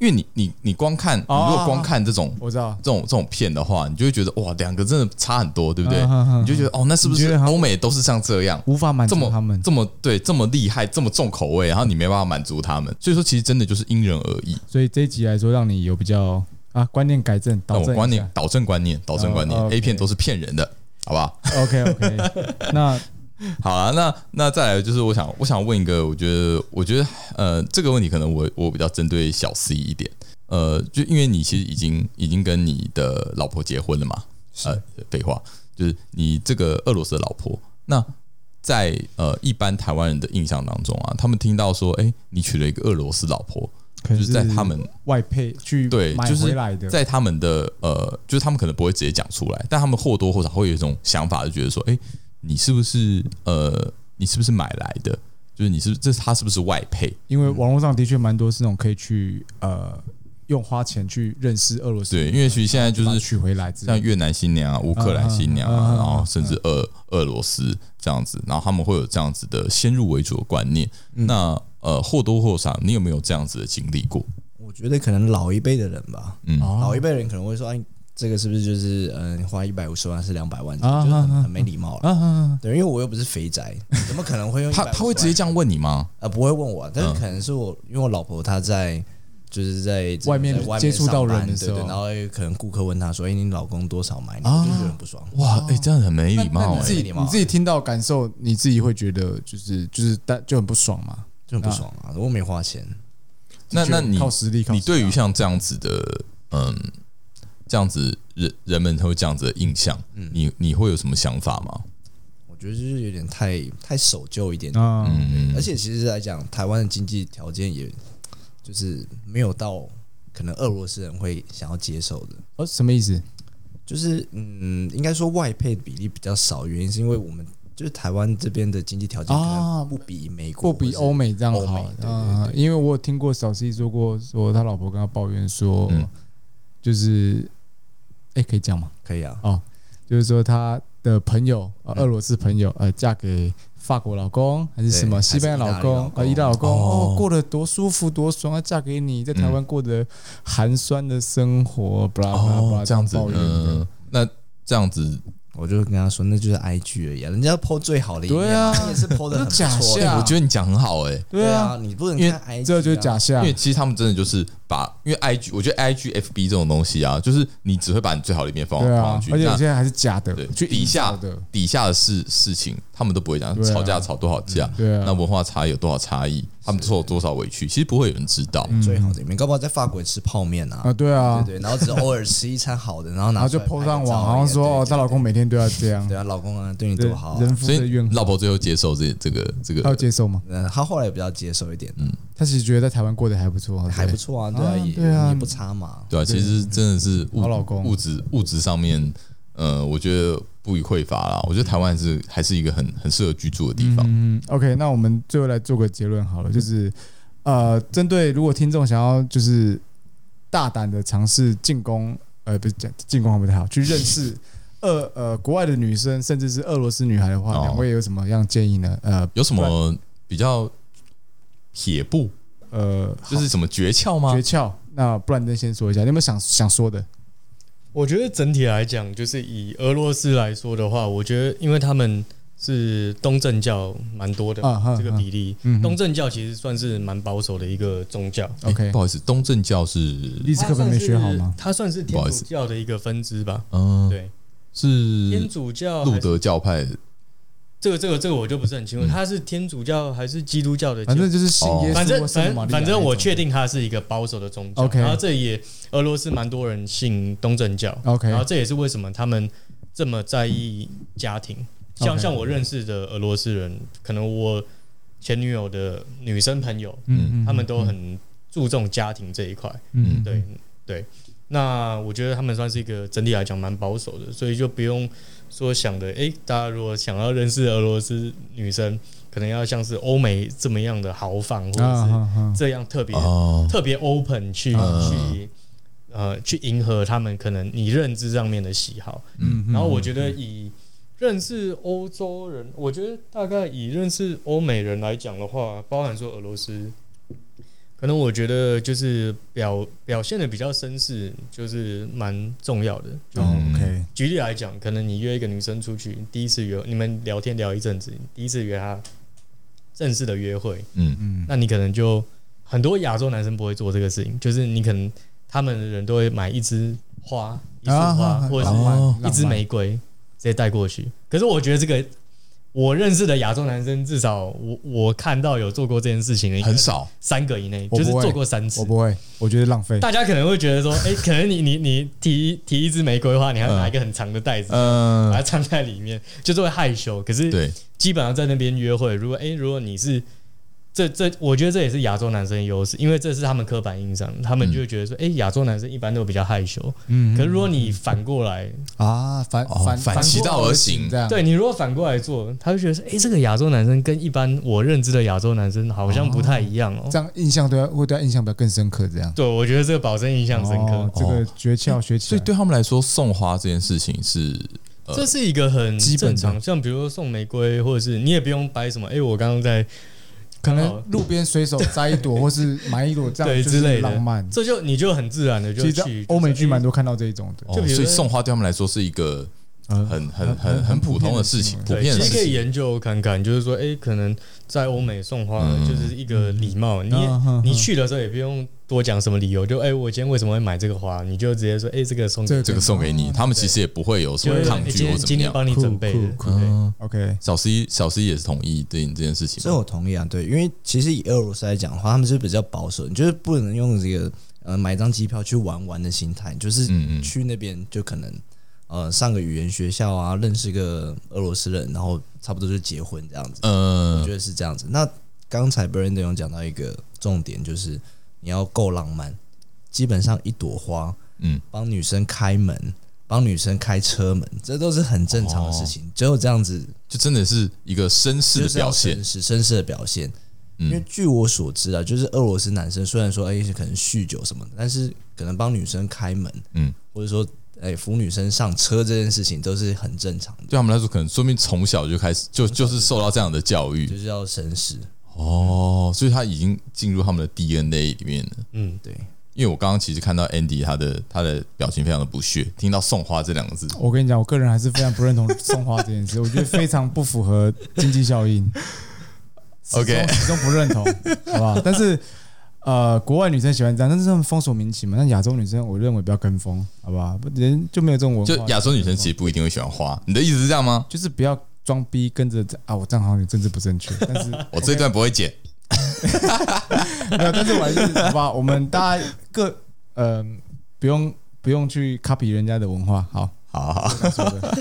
因为你你你光看，你如
哦
果光看这种、
我知道，
这种这种片的话，你就会觉得哇，两个真的差很多，对不对？
嗯哼哼
你就觉得哦，那是不
你觉
是
得好像
欧美都是像这样？
无法满
这
足
么
他们，
这么对，这么厉害，这么重口味，然后你没办法满足他们，所以说其实真的就是因人而异。
所以这一集来说，让你有比较啊观念改正，
那
导
我
正
观念，导正观念，导正观念、
哦，OK
a 片都是骗人的，好不好？
，OK OK，那
*laughs* 好啊，那那再来就是我想我想问一个，我觉得我觉得呃这个问题可能我我比较针对小 C 一点，呃，就因为你其实已经已经跟你的老婆结婚了嘛，呃，废话，就是你这个俄罗斯的老婆。那在呃一般台湾人的印象当中啊，他们听到说，哎、你娶了一个俄罗斯老婆，
可能
就是在他们
外配去
对，
买
就是
回来的，
在他们的呃，就是他们可能不会直接讲出来，但他们或多或少会有一种想法，就觉得说，哎、你是不是呃，你是不是买来的？就是你是这是他是不是外配？
因为网络上的确蛮多是那种可以去呃用花钱去认识俄罗斯，
对，因为其实现在就
把它
是
娶回来之类
像
的，
越南新娘啊、乌克兰新娘
啊嗯嗯
啊，
嗯
然后甚至俄俄罗斯这样子，然后他们会有这样子的先入为主的观念。
嗯
那呃，或多或少，你有没有这样子的经历过？
我觉得可能老一辈的人吧，
嗯，
哦
老一辈人可能会说，哎，这个是不是就是嗯，花一百五十万是两百万，就是
啊啊
很
啊
很没礼貌
啊
了。
啊啊，
对，因为我又不是肥宅，怎么可能会用150
他
万？
他会直接这样问你吗？
呃，不会问我，但是
嗯
可能是我，因为我老婆她在就是在在
外面
在外
接触到
上班
人的时候
对对，然后可能顾客问她说：“哎，你老公多少买你？”
啊
我就觉得很不爽。
哇，哎、这样很没
那
礼貌
哦那你
哎、
自己
没礼貌
你自己听到感受，你自己会觉得就是就是但就很不爽嘛。
就很不爽啊！我没花钱，
那
就
那你
靠实力，靠
你
实力
对于像这样子的，嗯，这样子人人们会有这样子的印象，
嗯
你你会有什么想法吗？
我觉得就是有点太太守旧一点。
啊，
嗯，
而且其实来讲，台湾的经济条件也就是没有到可能俄罗斯人会想要接受的。
呃，什么意思？
就是嗯，应该说外配比例比较少，原因是因为我们就是台湾这边的经济条件可
啊
能不比美国
不
或
比
是
欧美这样
欧美
好
对对
啊，因为我有听过小 C 说过，说他老婆跟他抱怨说
嗯，
就是，哎，可以讲吗？
可以啊，
就是说他的朋友，呃
嗯
俄罗斯朋友，呃，嫁给法国老公还是什么
对
西班牙老公，
还
呃，
是
意
意
大利老
大利老
公，
公
哦
哦，
过得多舒服多爽啊！嫁给你，在台湾过得寒酸的生活，巴拉巴拉巴
哦
拉，
这样子，
抱怨的
嗯，那这样子，
我就跟他说那就是 IG 而已、啊，人家 PO 最好的一面
对啊
嘛，你也是 PO 的很不
假
错
象
的，
哎、我觉得你讲很好哎、
啊对啊，，
你不能
因为
看 IG，、啊、
这就是假
因
象
为，其实他们真的就是把，因为 I G，我觉得 I G F B 这种东西啊，就是你只会把你最好的一面放
对
放上
啊
去，，
而且
那
有些人还是假的
对，
去
底
营
下
造的，
底下的事事情，他们都不会讲，
对啊
吵架吵多少架，
对啊
那文化差异有多少差异，他们受有多少委屈，其实不会有人知
嗯
道。
最好的一面，搞不好在法国吃泡面啊，
啊，对啊，
对对，然后只偶尔吃一餐好的，然后
然
拿
后
出
就
来
抛
拍
上
个照
网，好像
而已啊
说哦，她老公每天都要这样
对，对啊，老公啊对你
对
多好、啊
人，夫
所
的
以
怨
老
恨，
婆最后接受这这个这
她要
个，
接受吗？
嗯，他后来也比较接受一点，嗯
她其实觉得在台湾过得还不错，
还不
对
错啊，对啊，
啊
也
对啊
也不差嘛，
对啊，其实真的是物
好老公
物质物质上面，呃，我觉得不予匮乏啦。我觉得台湾是还是一个很很适合居住的地方。
嗯，OK，那我们最后来做个结论好了，就是呃，针对如果听众想要就是大胆的尝试进攻，呃，不是讲进攻还不太好，去认识俄呃国外的女生，甚至是俄罗斯女孩的话，
哦
两位有什么样建议呢？呃
有什么比较撇步，
呃，
就是什么诀窍
好
吗
诀？窍？那不然你先说一下，你有没有想想说的？
我觉得整体来讲，就是以俄罗斯来说的话，我觉得因为他们是东正教蛮多的嘛
啊哈
这个比例，
嗯哼
东正教其实算是蛮保守的一个宗教。
诶
OK
哎不好意思，东正教是
历史课本没学好吗？
它算是
不
天
好意
主
思
教的一个分支吧？
嗯，
对，
嗯
天
是
主教还
路
是
德教派
这个这个这个我就不是很清楚，它是天主教还是基督教
嗯
的？
反正就是信耶稣，
哦反正
圣母玛利
反正
亚那
反正
种
我确定它是一个保守的宗教。
OK
然后这也俄罗斯蛮多人信东正教。
OK
然后这也是为什么他们这么在意家庭。像
OK
像我认识的俄罗斯人，可能我前女友的女生朋友，
嗯嗯，
他们都很注重家庭这一块。
嗯
对对，那我觉得他们算是一个整体来讲蛮保守的，所以就不用说想的，诶，大家如果想要认识俄罗斯女生，可能要像是欧美这么样的豪放，或
啊
者
哈哈
是这样特别、
哦，
特别 open 去、
啊
去呃去迎合他们可能你认知上面的喜好。
嗯，
然后我觉得以认识欧洲人，我觉得大概以认识欧美人来讲的话，包含说俄罗斯，可能我觉得就是表表现的比较绅士，就是蛮重要的。就
嗯 OK
举例来讲，可能你约一个女生出去，第一次约你们聊天聊一阵子，第一次约她正式的约会，
嗯，
嗯
那你可能就很多亚洲男生不会做这个事情，就是你可能他们的人都会买一支花，一束花，
啊哈哈
或者是
浪漫
哦
浪
一
漫
支玫瑰直接带过去。可是我觉得这个我认识的亚洲男生，至少我我看到有做过这件事情的应该
很少，
三个以内，
我
就
不
是
会
做过三次
我。不会，我觉得浪费。
大家可能会觉得说， *laughs* 哎、可能你你你提提一支玫瑰花，你还
嗯
要拿一个很长的袋子，把
嗯
它，藏在里面，就是会害羞。可是
对，
基本上在那边约会，如果哎、如果你是这这，我觉得这也是亚洲男生的优势，因为这是他们刻板印象，他们就会觉得说，哎、亚洲男生一般都比较害羞。
嗯
可是如果你反过来，
啊，反
哦
反
反其道而行
这样
对你如果反过来做，他就觉得说，哎、这个亚洲男生跟一般我认知的亚洲男生好像不太一样哦。
这样印象对他会对他印象比较更深刻，这样
对，我觉得这个保证印象深刻，
哦这个诀窍学起
所以
来。
对他们来说，送花这件事情是
这是一个很
基本
正
的
常，像比如说送玫瑰，或者是你也不用摆什么，哎、我刚刚在
可
哦
能路边随手摘一朵，或是买一朵，这
对
样就
之类
是
的
浪漫。
这就你就很自然的就
其
去
实欧美剧蛮
多，
多看到这一种的，
哦
就，比如说
所以送花对他们来说是一个
呃
很很
很
很
很
很
很
普
普
通
遍
的
的
事情
行，为
普
对，
遍的
其
事
实可以
情。
研究看看，就是说，哎、可能在欧美送花
嗯
就是一个礼貌，你也、
嗯嗯嗯
你去的时候也不用多讲什么理由，就哎、我今天为什么会买这个花，你就直接说，哎、这个送给
这
你
个
这个送给你，他们其实也不会有什
就
么
是
抗
哎今
拒
天
或怎么
今天
样。嗯
帮你
酷
准备的
酷，酷
对
OK，
小 C 小 C 也是同意对你这件事情
所以
吗，
我同意啊，对，因为其实以俄罗斯来讲的话，他们是比较保守，你就是不能用这个呃买张机票去玩玩的心态，你就是
嗯嗯
去那边就可能呃上个语言学校啊，认识个俄罗斯人，然后差不多就结婚这样子，我
呃
觉，得是这样子。那刚才 Brandon 有讲到一个重点，就是你要够浪漫，基本上一朵花，
嗯，
帮女生开门。帮女生开车门，这都是很正常的事情，只有这样子
就真的是一哦个绅士的
就是要
表现嗯
绅。士绅士的表现。因为据我所知啊，就是俄罗斯男生虽然说哎、可能酗酒什么的，但是可能帮女生开门，
嗯，
或者说哎、扶女生上车这件事情都是很正常的，
对他们来说，可能说明从小就开始就就是受到这样的教
就
育
是要绅士。
哦，所以他已经进入他们的 DNA 里面了。
嗯，
对，
因为我刚刚其实看到 Andy 他的他的表情非常的不屑，听到“送花”这两个字，
我跟你讲，我个人还是非常不认同送花这件事，我觉得非常不符合经济效
*laughs*
应。始终
OK
始终不认
*laughs*
同，好不好？但是呃，国外女生喜欢这样，但是他们风俗民情嘛。那亚洲女生，我认为不要跟风，好不好？不人就没有这种文化。
就亚洲女生其实不一定会喜欢花。你的意思是这样吗？
就是不要装逼，跟着啊，我这样好像有政治不正确，但是 *laughs*
我这一段不会剪。
没有，但是我还是好吧，我们大家各呃，不用不用去 copy 人家的文化，好，
好好
这样说的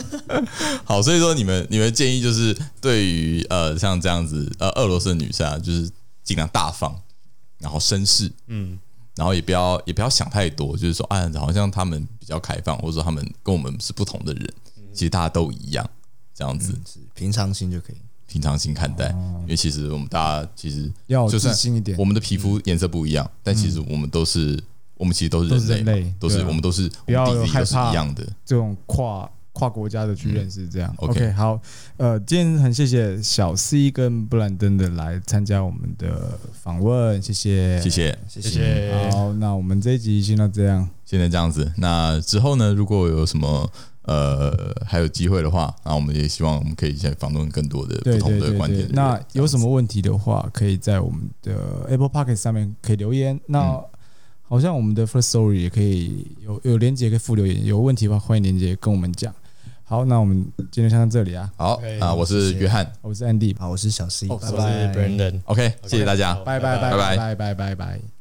*laughs* 好，所以说你们你们建议就是对于呃像这样子呃俄罗斯的女生啊，就是尽量大方，然后绅士，
嗯，
然后也不要也不要想太多，就是说啊，好像他们比较开放，或者说他们跟我们是不同的人，
嗯
其实大家都一样，这样子
是平常心就可以。
平常心看待，
哦
因为其实我们大家其实
要有
就
自
算
信一点
我。们的皮肤颜色不一样，但其实我们都是我们其实都是
都是
人类嘛
人类，
都是
对啊
我们都是
不要
我们底子
害
都是
怕
一样的，
这种跨跨国家的去认识，这样。
嗯 OK
OK，好，呃，今天很谢谢小 C 跟布兰登的来参加我们的访问，谢谢，
谢。谢。
谢
谢
谢。
谢。
好，那我们这一集先到这样，
现在这样子。那之后呢，如果有什么呃还有机会的话，那我们也希望我们可以再访问更多的不
对
同
对
的
对
观点
对
的。人
那有什么问题的话，可以在我们的 Apple p o c k e t 上面可以留言。
嗯
那好像我们的 First Story 也可以有有连接可以附留言，有问题的话欢迎连接跟我们讲。好，那我们今天先到这里啊，
好
OK，
啊，我是
谢谢
约翰
我是 Andy，
好，我是小 C，
哦
拜
我
拜
是 Brandon，
，OK，谢谢大家。
拜拜
拜
拜拜拜拜拜。